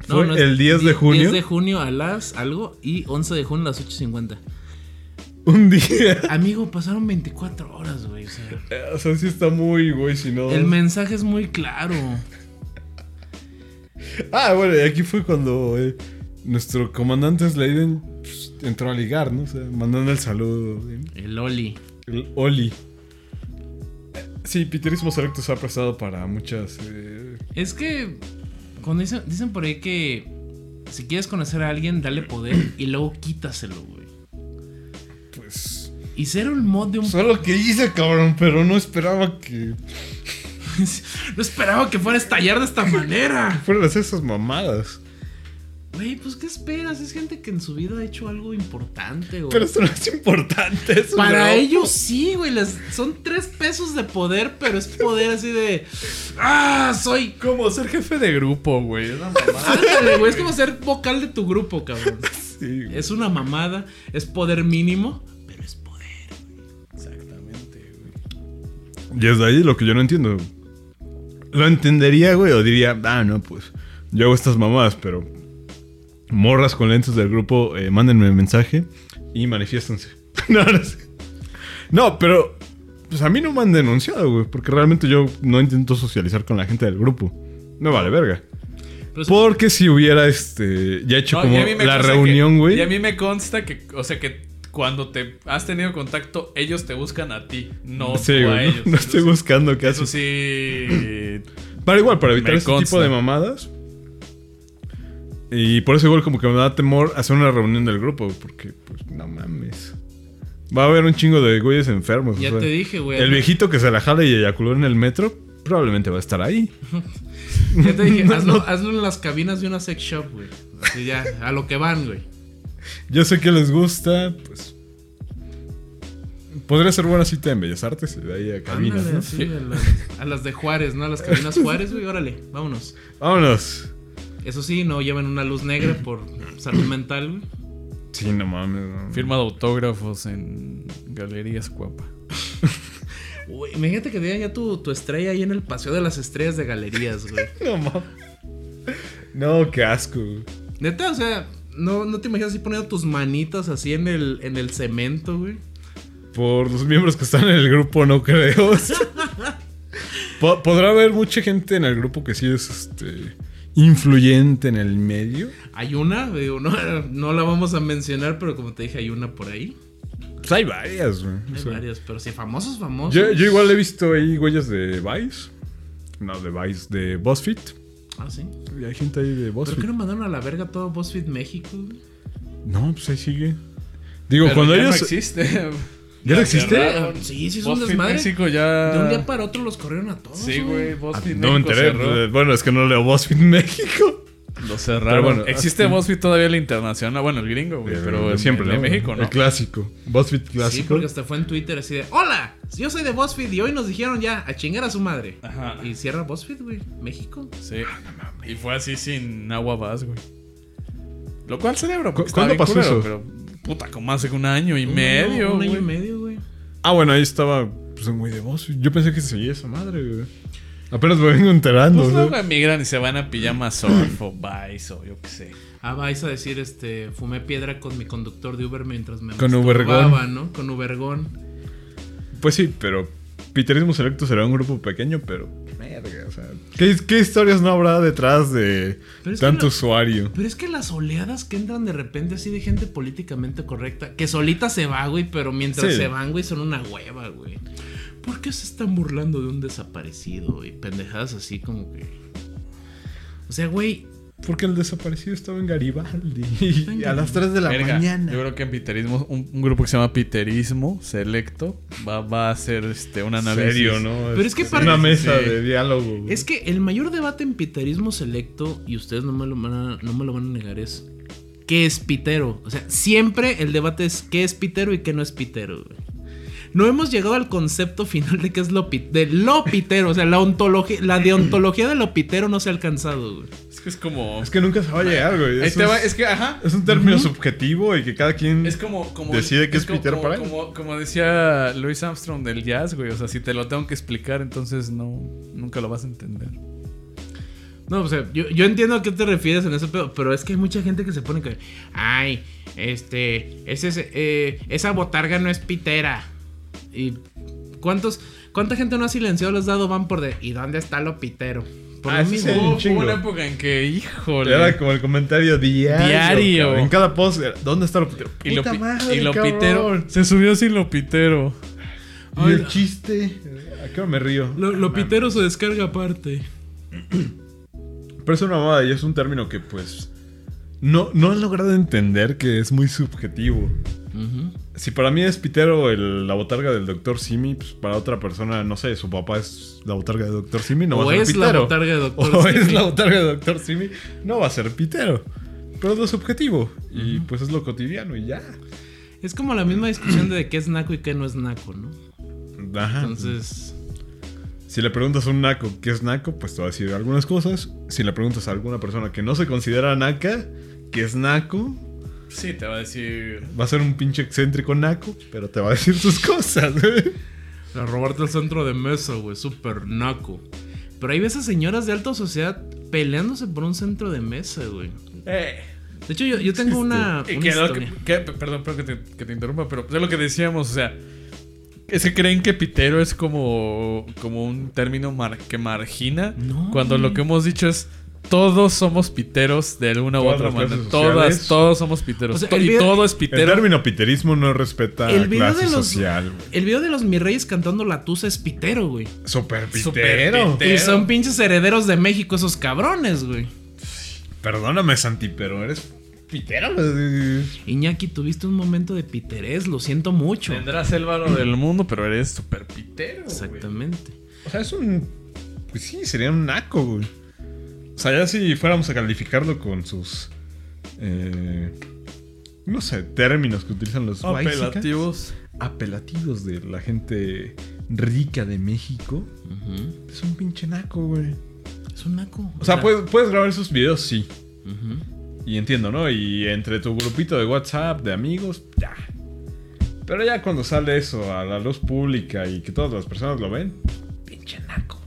S1: Fue el 10 de junio.
S3: 10 de junio a las algo y 11 de junio a las 8:50.
S1: Un día.
S3: Amigo, pasaron 24 horas, güey, o sea,
S1: O sea, sí está muy, güey, si no.
S3: el mensaje es muy claro.
S1: Ah, bueno, y aquí fue cuando eh, nuestro comandante Sladen pues, entró a ligar, ¿no? O sea, mandando el saludo. eh,
S3: El Oli.
S1: El Oli. Eh, Sí, Piterismo Selecto se ha prestado para muchas. eh,
S3: Es que cuando dicen, dicen por ahí que si quieres conocer a alguien, dale poder y luego quítaselo, güey.
S1: pues.
S3: Y ser un mod de un
S1: Solo que hice, cabrón, pero no esperaba que
S3: No esperaba que fuera a estallar de esta manera.
S1: fueran a hacer esas mamadas.
S3: Güey, pues ¿qué esperas? Es gente que en su vida ha hecho algo importante, güey.
S1: Pero esto no es importante. Eso no.
S3: Para ellos sí, güey. les- son tres pesos de poder, pero es poder así de. ¡Ah! Soy.
S2: Como ser jefe de grupo, güey. es una mamada.
S3: Ándale, güey. Es como ser vocal de tu grupo, cabrón.
S1: Sí, güey.
S3: Es una mamada. Es poder mínimo, pero es poder.
S2: Exactamente, güey.
S1: Y es de ahí lo que yo no entiendo. Lo entendería, güey, o diría, ah, no, pues yo hago estas mamadas, pero morras con lentes del grupo, eh, mándenme mensaje y manifiéstense. no, no sé. No, pero pues a mí no me han denunciado, güey, porque realmente yo no intento socializar con la gente del grupo. No vale verga.
S3: Pero es-
S1: Porque si hubiera este ya hecho
S2: Pues, No, y
S1: como
S2: a mí me
S1: la
S2: consta
S1: reunión,
S2: que-
S1: güey.
S2: Y a mí me consta que, o sea, que cuando te has tenido contacto, ellos te buscan a ti, no
S1: Sí, güey,
S2: tú a
S1: no-
S2: ellos.
S1: no estoy
S2: Eso sí-
S1: buscando que
S2: Eso sí.
S1: Para igual, para evitar
S2: Me
S1: ese
S2: consta.
S1: tipo de mamadas. Y por eso igual como que me da temor hacer una reunión del grupo, porque pues no mames. Va a haber un chingo de güeyes enfermos.
S3: ya
S1: o sea,
S3: te dije, güey.
S1: El viejito que se la jala y eyaculó en el metro probablemente va a estar ahí.
S3: Ya te dije, hazlo, hazlo en las cabinas de una sex shop, güey. Así ya, a lo que van, güey.
S1: Yo sé que les gusta, pues... Podría ser buena cita en Bellas Artes y de ahí a cabinas.
S3: Ándale,
S1: ¿no?
S3: así, a, las, a las de Juárez, ¿no? A las cabinas Juárez, güey, órale, vámonos.
S1: Vámonos.
S3: Eso sí, no lleven una luz negra por salud mental, güey.
S1: Sí, no mames. no.
S2: Firma de autógrafos en Galerías Cuapa.
S3: Güey, imagínate que tengan ya tu, tu estrella ahí en el Paseo de las Estrellas de Galerías, güey.
S1: No mames. No, qué asco. güey.
S3: Neta, o sea, no, no te imaginas así poniendo tus manitas así en el, en el cemento, güey.
S1: Por los miembros que están en el grupo, no creo. Po- Podrá haber mucha gente en el grupo que sí es este, influyente en el medio.
S3: Hay una, digo, no, no la vamos a mencionar, pero como te dije, hay una por ahí.
S1: Pues hay varias, güey. O
S3: Hay
S1: sea,
S3: varias, pero si famosos, famosos.
S1: Yo, yo igual he visto ahí huellas de Vice. No, de Vice, de BuzzFeed.
S3: Ah, sí.
S1: Y hay gente ahí de
S3: ¿Por
S1: BuzzFeed.
S3: qué no mandaron a la verga todo BuzzFeed México, güey?
S1: No, pues ahí sigue. Digo,
S2: Pero
S1: cuando
S2: ya
S1: ellos.
S2: No existe.
S1: ¿Ya no existe?
S2: cerraron.
S3: Ah, Sí, sí, es un
S2: BuzzFeed
S3: desmadre.
S2: México ya.
S3: De un día Ah, para otro los corrieron a todos.
S2: Sí, güey.
S3: pues,
S2: BuzzFeed
S1: no me
S2: México
S1: enteré.
S2: cerró.
S1: eh, Bueno, es que no leo BuzzFeed México.
S2: Lo
S1: Pero
S2: cerraron.
S1: bueno,
S2: Existe
S1: así-
S2: BuzzFeed todavía el internacional. Bueno, el gringo, güey.
S1: Eh,
S2: pero
S1: de
S2: el- el de México, ¿no?
S1: El clásico. BuzzFeed
S3: Sí,
S1: clásico.
S3: porque hasta fue en Twitter así de: ¡Hola! Yo soy de BuzzFeed y hoy nos dijeron ya a chingar a su madre.
S2: Ajá.
S3: Y cierra BuzzFeed, güey. México.
S2: Sí.
S1: Ah,
S2: Y fue así sin agua vas, güey. Lo cual celebro.
S1: ¿Cu-
S2: porque estaba
S1: cuándo
S2: bien
S1: pasó eso?
S2: Pero puta, como hace un año y
S3: Un-
S2: medio.
S3: Un año
S2: güey.
S3: y medio, güey.
S1: Ah, bueno, ahí estaba pues, muy de voz. Yo pensé que se seguía esa madre, güey. Apenas me vengo enterando,
S2: Pues
S1: güey.
S2: luego emigran y se van a pijama surf o vice o yo qué sé.
S3: Ah, vais a decir, este, fumé piedra con mi conductor de Uber mientras me
S1: Con
S3: masturbaba,
S1: Ubergón.
S3: ¿no? Con Ubergón.
S1: Pues sí, pero Piterismo Selecto será un grupo pequeño, pero. Verga, o sea. ¿Qué, qué historias no habrá detrás de
S3: Pero es que
S1: tanto
S3: la-
S1: usuario?
S3: Pero es que las oleadas que entran de repente así de gente políticamente correcta, que solita se va, güey, pero mientras
S1: Sí.
S3: se van, güey, son una hueva, güey. ¿Por qué se están burlando de un desaparecido y pendejadas así como que... O sea, güey,
S1: Porque el desaparecido estaba en Garibaldi.
S3: Venga,
S1: a las 3 de la
S2: Verga,
S1: mañana.
S2: Yo creo que en Piterismo, un, un grupo que se llama Piterismo Selecto va, va a hacer este, un análisis.
S1: serio, ¿no?
S3: Pero es que parece-
S1: Una mesa
S2: sí.
S1: de diálogo. güey.
S3: es que el mayor debate en piterismo selecto, y ustedes no me lo van a, no me lo van a negar, es... ¿Qué es pitero? O sea, siempre el debate es qué es pitero y qué no es pitero, güey. No hemos llegado al concepto final de qué es lo, pit- de lo pitero. O sea, la, ontología, la deontología de lo pitero no se ha alcanzado, güey.
S2: Es que es como.
S1: Es que nunca se va a llegar, güey.
S2: Ahí
S1: Es,
S2: te
S1: un,
S2: va, es que, ajá.
S1: es un término subjetivo y que cada quien.
S2: Es como, como
S1: Decide qué es
S2: como-
S1: pitero
S2: como-
S1: para él.
S2: como, como decía Louis Armstrong del jazz, güey. O sea, si te lo tengo que explicar, entonces no, nunca lo vas a entender.
S3: No, o sea, yo, yo entiendo a qué te refieres en ese pedo, pero es que hay mucha gente que se pone que. Ay, este. Ese, es- eh, esa botarga no es pitera. ¿Y cuántos, cuánta gente no ha silenciado los dado van por de. ¿Y dónde está lo pitero? Por
S1: Ah,
S3: lo
S1: ese
S3: mismo.
S1: es el-
S2: Hubo,
S1: chingo.
S2: hubo una época en que, híjole.
S1: Era como el comentario diario.
S2: Diario.
S1: cabrón. En cada post, era, ¿dónde está lo pitero?
S2: y lo,
S1: Puta
S2: pi-
S1: madre,
S2: y lo
S1: cabrón.
S2: pitero. Se subió sin lo pitero.
S1: Y el chiste. ¿A qué hora me río?
S3: Lo, lo pitero se descarga aparte.
S1: Pero es una mamada y es un término que, pues. No, no han logrado entender que es muy subjetivo. Si para mí es pitero el- la botarga del doctor Simi, pues para otra persona, no sé, su papá es la botarga del doctor Simi, no
S3: o
S1: va a ser
S3: es la
S1: pitero.
S3: botarga de doctor.
S1: o
S3: Simi.
S1: es la botarga del doctor Simi, no va a ser pitero. Pero es lo subjetivo. Y pues es lo cotidiano y ya.
S3: Es como la misma discusión de qué es naco y qué no es naco, ¿no?
S1: Ajá.
S3: Entonces.
S1: Si le preguntas a un naco qué es naco, pues te va a decir algunas cosas. Si le preguntas a alguna persona que no se considera naca, que es naco,
S2: Sí, te va a decir.
S1: va a ser un pinche excéntrico naco, pero te va a decir sus cosas. ¿eh?
S3: A robarte el centro de mesa, güey, súper naco. Pero ahí ves a señoras de alta sociedad peleándose por un centro de mesa, güey.
S2: Eh.
S3: De hecho, yo, yo tengo una,
S2: Y
S3: una
S2: que lo
S3: historia.
S2: que- que- perdón, perdón que te, que te interrumpa, pero pues es lo que decíamos, o sea, es que creen que pitero es como, como un término mar- que margina,
S3: No,
S2: cuando lo que hemos dicho es todos somos piteros de alguna u
S1: Todas
S2: otra
S1: las
S2: manera.
S1: clases sociales.
S2: Todas, todos somos piteros.
S3: O sea,
S2: To-
S3: el
S2: y
S3: video-
S2: todo es
S1: El
S2: pitero.
S1: término piterismo no respeta
S3: El video
S1: Ah, clase
S3: de los-
S1: social. güey.
S3: El video de los mis reyes cantando la tusa es pitero, güey.
S1: Super pitero.
S2: Superpitero.
S3: Y son pinches herederos de México esos cabrones, güey.
S1: Perdóname, Santi, pero eres pitero. güey.
S3: Iñaki, tuviste un momento de piterés, lo siento mucho.
S2: Tendrás el valor del mundo, pero eres súper pitero. güey.
S3: Exactamente.
S1: O sea, es un. Pues sí, sería un naco, güey. O sea, ya si fuéramos a calificarlo con sus. eh, no sé, términos que utilizan los guaysicas.
S2: Apelativos.
S1: apelativos de la gente rica de México.
S3: Ujú.
S1: Es un pinche naco, güey.
S3: Es un naco.
S1: O sea, puedes, puedes grabar esos videos, sí.
S3: ujú.
S1: Y entiendo, ¿no? Y entre tu grupito de WhatsApp, de amigos, ya. Pero ya cuando sale eso a la luz pública y que todas las personas lo ven, pinche naco.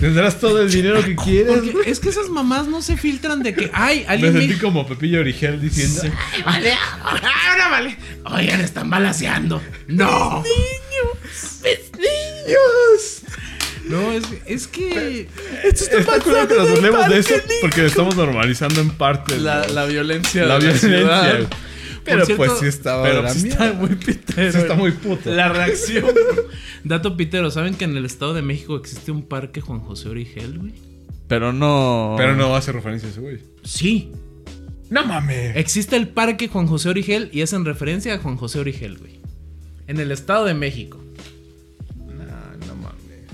S1: Tendrás todo el dinero que quieres.
S3: Porque
S1: güey.
S3: es que esas mamás no se filtran de que, ay,
S1: Me
S3: alguien me-
S1: sentí como Pepillo Origel diciendo.
S3: Sí. Vale, ahora vale. Oigan, están balaseando. No.
S1: ¡Niños!
S3: No, es, es que.
S1: Está curioso que nos hablemos de eso porque lo estamos normalizando en parte.
S2: La,
S1: ¿no?
S2: la violencia.
S1: La
S2: de ciudad.
S1: violencia. Pero
S3: cierto,
S1: pues sí estaba de
S2: Pero
S1: la
S2: sí está
S1: mierda.
S2: muy pitero.
S1: Sí está muy puto.
S2: La reacción.
S3: Dato pitero, ¿saben que en el Estado de México existe un parque Juan José Origel, güey?
S2: Pero no.
S1: Pero no hace referencia a ese güey.
S3: Sí.
S1: ¡No mames!
S3: Existe el parque Juan José Origel y es en referencia a Juan José Origel, güey. En el Estado de México.
S1: No, no mames.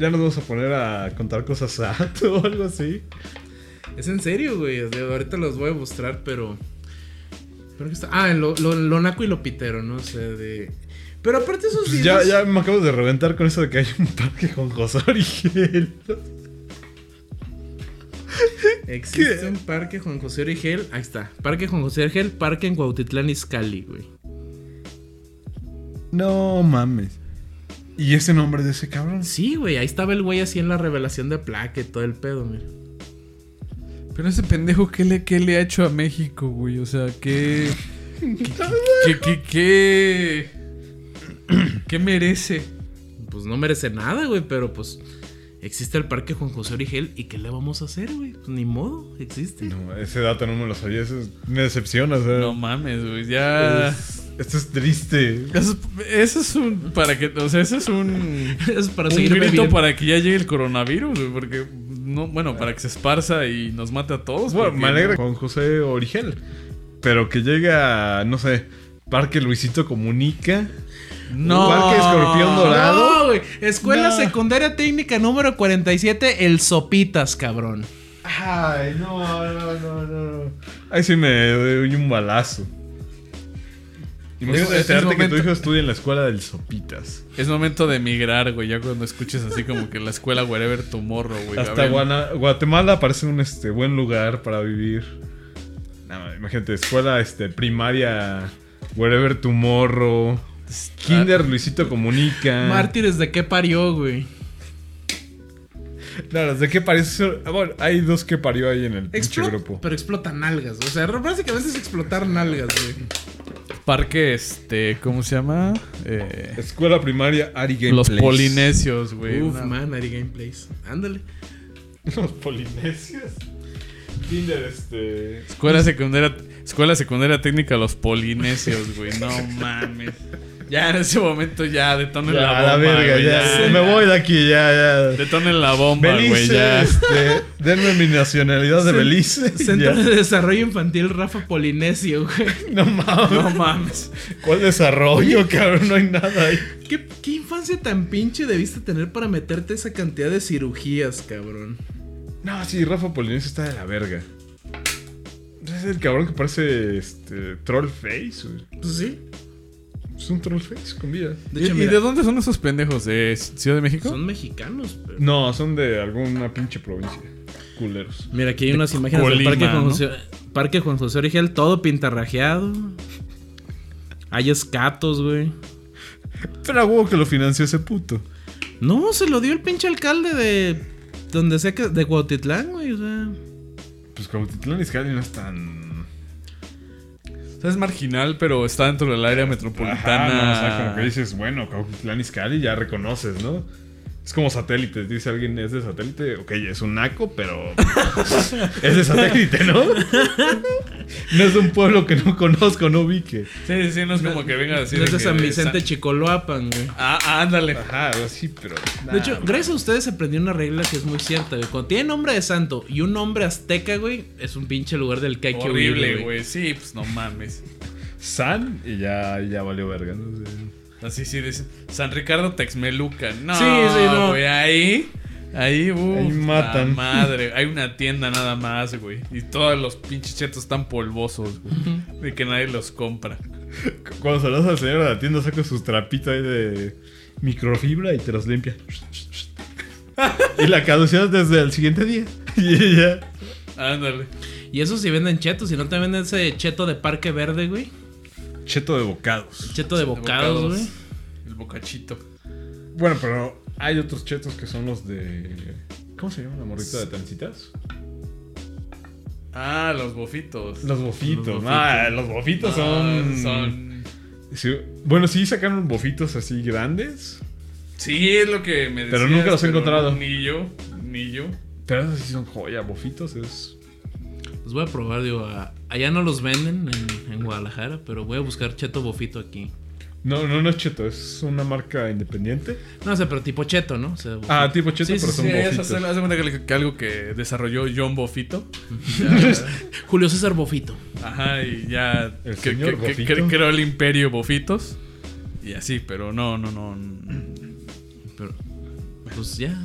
S1: Ya nos vamos a poner a contar cosas sad o algo así.
S3: Es en serio, güey. o sea, ahorita los voy a mostrar, pero. Pero que está. Ah, lo, lo, lo naco y lo pitero, ¿no? O sea, de. Pero aparte esos
S1: Pues ya,
S3: videos.
S1: ya me acabo de reventar con eso de que hay un parque con Josor y hielo.
S3: Existe
S1: ¿Qué?
S3: un parque Juan José Origel. Ahí está. Parque Juan José Origel, parque en Cuautitlán Izcalli, güey.
S1: No mames. ¿Y ese nombre de ese cabrón?
S3: Sí, güey. Ahí estaba el güey así en la revelación de placa y todo el pedo, mira.
S2: Pero ese pendejo, ¿qué le, qué le ha hecho a México, güey? O sea, ¿qué. ¿Qué, qué, qué, qué, qué merece?
S3: Pues no merece nada, güey, pero pues. Existe el parque Juan José Origel y ¿qué le vamos a hacer, güey? Pues ni modo, existe.
S1: No, ese dato no me lo sabía. Eso es- me decepciona, o sea.
S2: No mames, güey. Ya.
S1: es- esto es triste.
S2: Eso, eso es un. Para que, o sea, eso es un.
S3: Es para
S2: un
S3: seguir
S2: grito
S3: bebiendo.
S2: para que ya llegue el coronavirus, güey, porque no, bueno, para que se esparza y nos mate a todos.
S1: Bueno,
S2: porque
S1: me alegra
S2: no-
S1: Juan José Origel. Pero que llega, no sé, Parque Luisito Comunica.
S2: No.
S1: Parque Escorpión Dorado.
S5: No, güey. Escuela
S1: No.
S5: Secundaria Técnica número 47, el Sopitas, cabrón.
S1: Ay, no, no, no, no. Ahí sí me doy un balazo. Imagínate
S2: "Este Es- es
S1: enterarte que tu
S2: momento.
S1: hijo estudia en la escuela del Sopitas.
S2: Es momento de emigrar, güey, ya cuando escuches así como que la escuela wherever tomorrow, güey.
S1: Hasta
S2: Gabriel.
S1: Guana- Guatemala parece un este, buen lugar para vivir. Nada, imagínate, escuela este, primaria, wherever tomorrow.
S2: Ah.
S1: Kinder Luisito Comunica.
S5: Mártires de qué parió, güey.
S1: No, los de qué parió. son- ah, Bueno, hay dos que parió ahí en el pinche
S3: Explota-
S1: grupo.
S3: pero explotan nalgas. O sea, básicamente es explotar nalgas, güey.
S2: Parque, este, ¿cómo se llama? Eh,
S1: Escuela primaria Ari Gameplays.
S2: los polinesios, güey.
S3: Uf,
S2: una-
S3: man, Ari Gameplays. Ándale.
S1: Los polinesios. Kinder, este.
S2: Escuela secundaria, escuela secundaria técnica los polinesios, güey. No mames. Ya en ese momento ya detonen la
S1: Ya,
S2: bomba.
S1: a la verga,
S2: güey,
S1: ya.
S2: ya.
S1: Me voy de aquí, ya, ya.
S2: Detonen la bomba, güey.
S1: Belice,
S2: Ya.
S1: este, denme mi nacionalidad de Belice.
S5: Centro
S1: ya.
S5: de Desarrollo Infantil Rafa Polinesio, güey.
S1: No mames.
S2: No mames.
S1: ¿Cuál desarrollo, cabrón? No hay nada ahí.
S3: ¿Qué, qué infancia tan pinche debiste tener para meterte esa cantidad de cirugías, cabrón?
S1: No, sí, Rafa Polinesio está de la verga. Es el cabrón que parece este, troll face. güey.
S3: Pues sí.
S1: Es un troll face con vida.
S3: De
S2: ¿Y,
S3: hecho,
S2: y
S3: mira,
S2: de dónde son esos pendejos? ¿De Ciudad de México?
S3: son mexicanos, pero-
S1: No, son de alguna pinche provincia. Culeros.
S3: Mira, aquí hay unas imágenes
S2: Colima,
S3: del Parque Juan,
S2: ¿no?
S3: José, Parque Juan José Origel, todo pintarrajeado. Hay escatos, güey.
S1: Pero a huevo que lo financió ese puto.
S3: No, se lo dio el pinche alcalde de donde sea que de Cuautitlán, güey, o sea,
S1: Pues Cuautitlán Izcalli no es tan...
S2: O sea, es marginal, pero está dentro del área metropolitana.
S1: Ajá, no, o sea, como que dices, bueno, Cuautitlán Izcalli ya reconoces, ¿no? Es como satélite. Dice alguien, es de satélite. Ok, es un naco, pero... es de satélite, ¿no? no es de un pueblo que no conozco, no ubique.
S2: Sí, sí, sí, no es como que venga a decir.
S3: no es de
S2: que-
S3: San Vicente
S2: Sa-
S3: Chicoloapan, güey.
S2: Ah, ah, ándale.
S1: Ajá, sí, pero...
S3: De hecho, gracias a ustedes aprendí una regla que es muy cierta, güey. Cuando tiene nombre de santo y un nombre azteca, güey, es un pinche lugar del que hay que huir,
S2: Horrible, güey. Sí, pues no mames.
S1: San y ya, ya valió verga, ¿no? O sea,
S2: Así sí dicen. San Ricardo Texmeluca. No,
S3: Sí, sí, no.
S2: güey. Ahí. Ahí, uh,
S1: Ahí matan.
S2: la Madre, hay una tienda nada más, güey. Y todos los pinches chetos están polvosos, güey. De que nadie los compra.
S1: Cuando saludas al señor de la tienda, saca sus trapitos ahí de microfibra y te los limpia. y la caducidad desde el siguiente día. y ya.
S2: Ándale.
S3: Y eso si venden chetos, si no te venden ese cheto de Parque Verde, güey.
S1: Cheto de bocados.
S3: Cheto de bocados, güey.
S2: El bocachito.
S1: Bueno, pero hay otros chetos que son los de. ¿Cómo se llama la morrita de tancitas?
S2: Ah, los bofitos.
S1: Los bofitos. Ah, los bofitos
S2: Ah,
S1: son.
S2: son.
S1: Sí, Bueno, sí sacaron bofitos así grandes.
S2: Sí, es lo que me decías.
S1: Pero nunca los he encontrado.
S2: Ni yo, ni yo.
S1: Pero esos sí son joya. Bofitos es.
S3: Los voy a probar, digo, a- allá no los venden en, en Guadalajara, pero voy a buscar cheto bofito aquí.
S1: No, no, no es cheto, es una marca independiente.
S3: No sé, pero tipo cheto, ¿no? O sea, bofito.
S1: Ah, tipo cheto,
S2: Sí, sí,
S1: pero son
S2: sí, es
S1: bofitos.
S2: hacer- haz de cuenta que, que algo que desarrolló John Bofito.
S3: Julio César Bofito.
S2: Ajá, y ya
S1: El
S2: que-
S1: señor
S2: que- que-
S1: Bofito.
S2: cre- creó el imperio Bofitos. Y así, pero no, no, no.
S3: Pero, pues ya.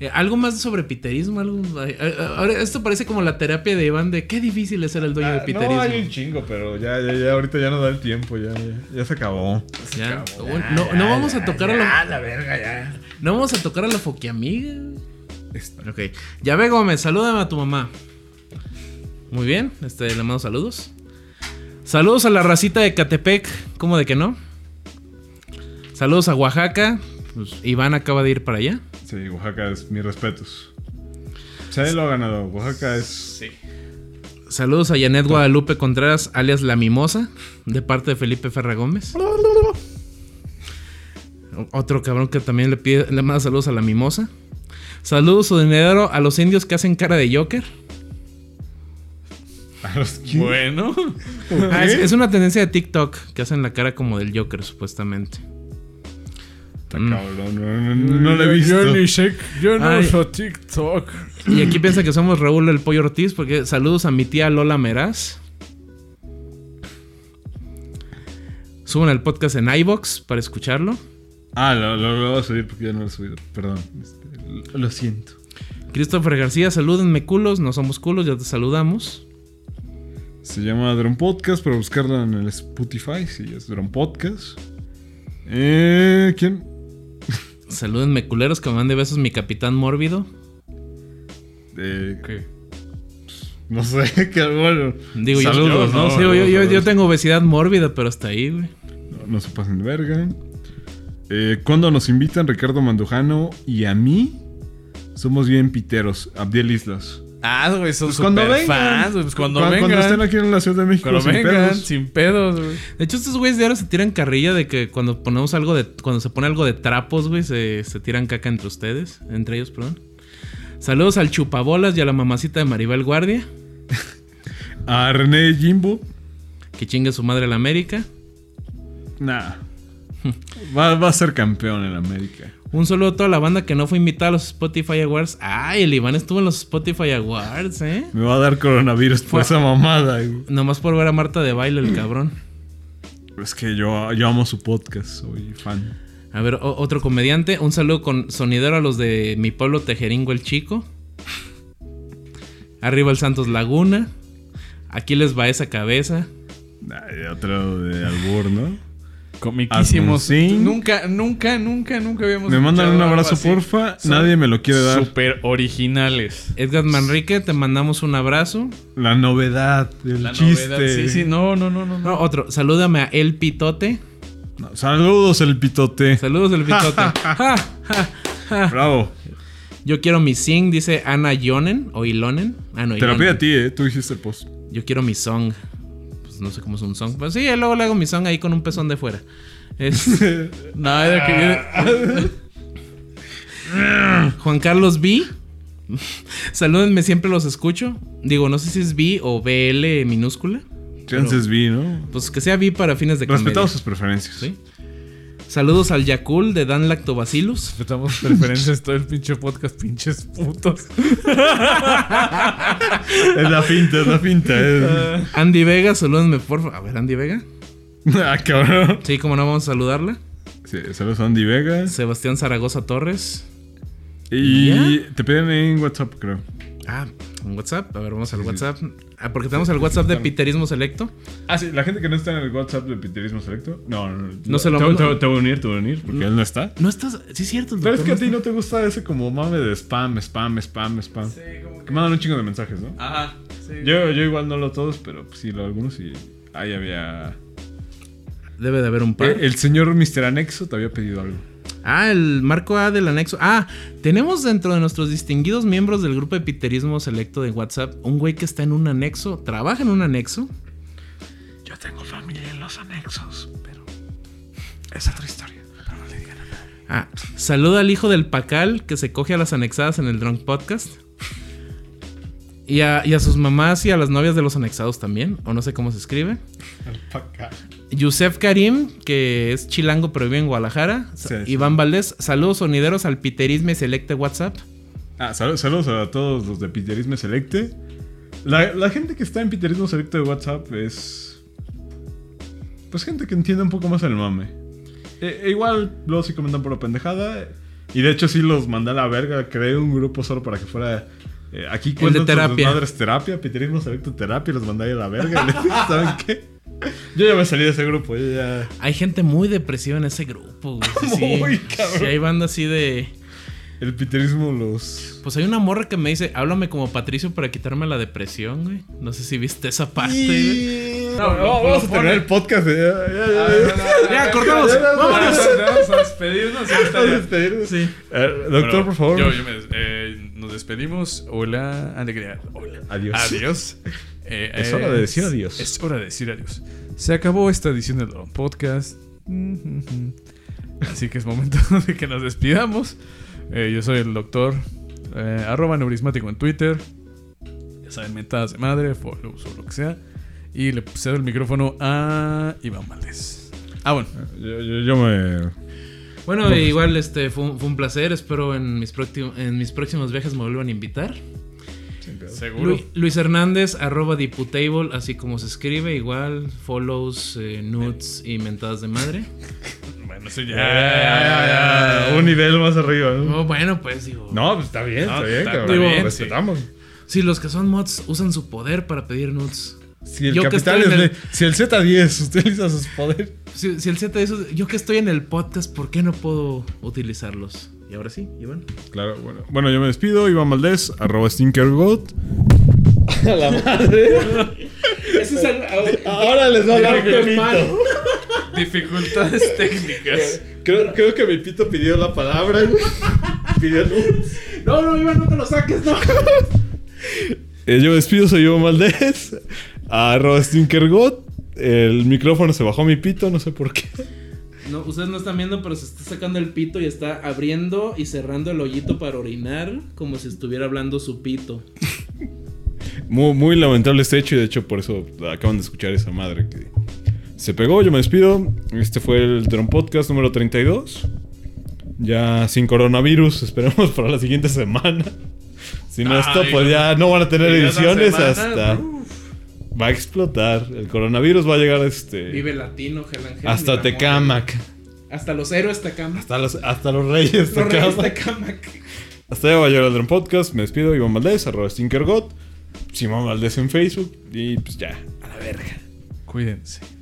S3: Eh, algo más sobre piterismo, algo. ay, ay, Ahora, esto parece como la terapia de Iván de qué difícil es ser el dueño
S1: Ah,
S3: de piterismo.
S1: no, hay un chingo, pero ya, ya, ya, ahorita ya no da el tiempo, ya, ya, ya se acabó.
S3: Ya. Bueno, no, no vamos a tocar a lo-
S2: la verga, ya.
S3: no vamos a tocar a la foquiamiga. Ok. Ya ve Gómez, salúdame a tu mamá. Muy bien, este, le mando saludos. Saludos a la racita de Catepec, ¿cómo de que no? Saludos a Oaxaca. Pues, Iván acaba de ir para allá.
S1: Sí, Oaxaca es mis respetos. Se lo ha ganado. Oaxaca es.
S2: Sí.
S3: Saludos a Janet Guadalupe Contreras, alias La Mimosa, de parte de Felipe Ferra Gómez. Otro cabrón que también le pide, le manda saludos a La Mimosa. Saludos o dinero a los indios que hacen cara de Joker.
S1: A los quin-
S2: Bueno.
S3: Ah, es, es una tendencia de TikTok que hacen la cara como del Joker, supuestamente.
S1: Está
S3: Mm.
S1: cabrón, no, no, no lo he visto.
S2: Yo ni sé- yo no
S3: Ay.
S2: uso TikTok.
S3: Y aquí piensa que somos Raúl el Pollo Ortiz, porque saludos a mi tía Lola Meraz. Suban el podcast en iBox para escucharlo.
S1: Ah, lo, lo, lo voy a subir porque ya no lo he subido. Perdón. Este, lo- lo siento.
S3: Christopher García, salúdenme culos, no somos culos, ya te saludamos.
S1: Se llama Drone Podcast, pero buscarla en el Spotify. Sí, es Drone Podcast. Eh, ¿Quién?
S3: Salúdenme culeros que me mande besos mi capitán mórbido.
S1: Eh, no sé, qué bueno.
S3: Digo, yo-
S1: Saludos,
S3: yo,
S1: ¿no?
S3: sí, yo- yo, yo
S1: Saludos.
S3: tengo obesidad mórbida, pero hasta ahí, güey.
S1: No, no se pasen de verga. Eh, ¿Cuándo nos invitan Ricardo Mandujano y a mí? Somos bien piteros. Abdiel Islas.
S2: Ah, güey, son
S1: Pues cuando
S2: super
S1: vengan.
S2: fans. güey, pues cuando,
S1: Cu-
S2: vengan.
S1: estén aquí en la Ciudad de México.
S2: Cuando
S1: sin
S2: vengan,
S1: pedos.
S2: sin pedos, güey.
S3: De hecho, estos güeyes de ahora se tiran carrilla de que cuando ponemos algo de. Cuando se pone algo de trapos, güey, se, se tiran caca entre ustedes. Entre ellos, perdón. Saludos al chupabolas y a la mamacita de Maribel Guardia.
S1: A René Jimbo.
S3: Que chingue su madre la América.
S1: Nah. Va, va a ser campeón en América.
S3: Un saludo a toda la banda que no fue invitada a los Spotify Awards. Ay, el Iván estuvo en los Spotify Awards, ¿eh?
S1: Me va a dar coronavirus por esa mamada. güey.
S3: Nomás por ver a Marta de baile, el cabrón.
S1: Es que yo, yo amo su podcast. Soy fan.
S3: A ver, o- otro comediante. Un saludo con sonidero a los de mi pueblo Tejeringo el Chico. Arriba el Santos Laguna. Aquí les va esa cabeza.
S1: Nah, y otro de albur, ¿no?
S2: Comiquísimos.
S1: Alfonsín.
S2: Nunca, nunca, nunca, nunca habíamos
S1: Me mandan un
S2: escuchado algo
S1: abrazo,
S2: así.
S1: porfa.
S2: Son
S1: Nadie me lo quiere dar.
S2: Super originales.
S3: Edgar Manrique, te mandamos un abrazo.
S1: La novedad, el
S2: La
S1: chiste.
S2: novedad. Sí, sí, no, no, no, no. no.
S3: No, otro, salúdame a El Pitote.
S1: No, saludos, el pitote.
S3: Saludos, El Pitote. Ja, ja.
S2: Ah.
S1: Bravo.
S3: Yo quiero mi sing, dice Ana Yonen o Ilonen. Ah, no,
S1: Te lo
S3: Ilonen.
S1: pide a ti, ¿eh? Tú hiciste el post.
S3: Yo quiero mi song. Pues no sé cómo es un song. Pues sí, luego le hago mi song ahí con un pezón de fuera. Este, Es-
S2: No, era que
S3: Juan Carlos B. Salúdenme, siempre los escucho. Digo, no sé si es B o BL minúscula.
S1: Chances vi, ¿no?
S3: Pues que sea B para fines de
S1: Respetamos
S3: comedia.
S1: sus preferencias.
S3: Sí. Saludos al Yakul de Dan Lactobacillus.
S2: Respetamos preferencias todo el pinche podcast, pinches putos.
S1: Es la finta, es la finta. es-
S2: Ah.
S3: Andy Vega, salúdenme por favor. A ver, Andy Vega.
S1: ah, cabrón.
S3: Sí, como no vamos a saludarla.
S1: Sí, saludos a Andy Vegas.
S3: Sebastián Zaragoza Torres.
S1: Y
S3: ¿Ya?
S1: te piden en WhatsApp, creo.
S3: Ah, un WhatsApp. A ver, vamos al WhatsApp. Ah, porque tenemos el WhatsApp de Piterismo Selecto.
S1: Ah, sí, la gente que no está en el WhatsApp de Piterismo Selecto. No, no, no.
S3: No se lo
S1: te,
S3: mando.
S1: te- te voy a unir, te voy a unir, porque él no está.
S3: No estás. Sí, es cierto. el
S1: Pero es
S3: doctor
S1: que a
S3: no
S1: ti no te gusta ese como mame de spam, spam, spam, spam. Sí, como que... mandan un chingo de mensajes, ¿no?
S2: Ajá.
S1: Yo, yo igual no lo todos, pero pues, sí lo algunos y ahí había...
S3: está. Debe de haber un par.
S1: Eh, el señor Mr. Anexo te había pedido algo.
S3: Ah, el marco A del anexo. Ah, tenemos dentro de nuestros distinguidos miembros del grupo de Piterismo Selecto de WhatsApp un güey que está en un anexo, trabaja en un anexo.
S6: Yo tengo familia en los anexos, pero es otra historia. Pero no le digan a nadie.
S3: Ah, saluda al hijo del Pacal que se coge a las anexadas en el Drunk Podcast. Y a, y a sus mamás y a las novias de los anexados también, o no sé cómo se escribe.
S1: Alpaca.
S3: Yusef Karim, que es chilango pero vive en Guadalajara. Sa-
S1: Sí, sí.
S3: Iván Valdés, saludos sonideros al Piterismo Selecto de WhatsApp.
S1: Ah, sal- saludos a todos los de Piterismo Selecte. La, la gente que está en Piterismo Selecte de WhatsApp es... Pues gente que entiende un poco más el mame. E- e igual luego sí comentan por la pendejada. Y de hecho sí los mandé a la verga. Creé un grupo solo para que fuera... eh, aquí cuentan sus
S7: terapia.
S1: desmadres terapia, pitirismo selecto terapia, y los mandé a la verga. Y les dije, ¿Saben qué? Yo ya me salí de ese grupo, yo ya...
S7: Hay gente muy depresiva en ese grupo, güey. Sí, sí.
S1: Muy cabrón.
S7: Sí, hay banda así de.
S1: El piterismo los...
S7: Pues hay una morra que me dice, háblame como Patricio para quitarme la depresión, güey. No sé si viste esa parte, güey.
S1: Y- No, vamos a terminar el podcast. Ya, ya, ya, ya.
S3: Ya, cortamos.
S2: Vamos a- vamos a despedirnos. y ahorita
S1: Vamos a
S2: ya.
S1: despedirnos. Eh, doctor,
S2: Bueno,
S1: por favor.
S2: yo- yo me des- eh, nos despedimos. Hola, alegría. Hola.
S1: Adiós.
S2: Adiós. Eh,
S1: Es hora de decir adiós.
S2: Es hora de decir adiós. Se acabó esta edición del podcast. Mhm. Así que es momento de que nos despidamos. Eh, yo soy el doctor. eh, arroba neurismático en Twitter. Ya saben, mentadas de madre, follows o lo que sea. Y le cedo el micrófono a Iván Valdés. Ah, bueno.
S1: Yo, yo- yo me...
S7: Bueno,
S3: pues
S7: igual este fue un, fue un placer. Espero en mis, próxim- en mis próximos viajes me vuelvan a invitar.
S2: Seguro.
S7: Lu- Luis Hernández, arroba Diputable, así como se escribe. Igual, follows, eh, nudes y mentadas de madre.
S2: Bueno,
S1: Eh,
S2: eso
S1: Ah, un nivel más arriba. ¿no?
S7: Oh, bueno, pues digo.
S1: No, pues está bien,
S2: No,
S1: está bien,
S2: está-
S1: cabrón.
S2: está
S1: Digo,
S2: bien,
S1: respetamos.
S7: Si los que son mods usan su poder para pedir nudes.
S1: Si el
S7: Yo que
S1: capital es
S7: estoy en
S1: de- si el Z10 utiliza sus poderes.
S7: Si, si el Z dice, yo que estoy en el podcast, ¿por qué no puedo utilizarlos? Y ahora sí, Iván.
S1: Claro, bueno. Bueno, yo me despido. Iván Maldés, arroba StinkerGoat. Ahora les va a hablar Pepito. eh.
S2: Dificultades técnicas.
S1: Creo, creo que mi pito pidió la palabra. pidió luz.
S3: No, no, Iván, no te lo saques, no.
S1: Eh, yo me despido, soy Iván Maldés. Arroba StinkerGoat. El micrófono se bajó mi pito, no sé por qué.
S3: No, ustedes no están viendo, pero se está sacando el pito y está abriendo y cerrando el hoyito para orinar como si estuviera hablando su pito.
S1: Muy, muy lamentable este hecho y de hecho por eso acaban de escuchar esa madre que se pegó. Yo me despido. Este fue el Tron Podcast número 32. Ya sin coronavirus, esperemos para la siguiente semana. Si no, esto
S2: Ay,
S1: pues ya no van a tener
S2: y esa
S1: ediciones
S2: semana,
S1: hasta... Va a explotar. El coronavirus va a llegar este...
S3: Vive latino, Gelangel.
S1: Hasta Tecamac.
S3: Hasta los héroes Tecamac.
S1: Hasta los, hasta los reyes
S3: Los reyes
S1: Tecamac.
S3: Tecamac.
S1: Hasta allá va a llegar el Drum Podcast. Me despido. Iván Valdés, arroba StinkerGot. Simón Valdés en Facebook. Y pues ya.
S2: Cuídense.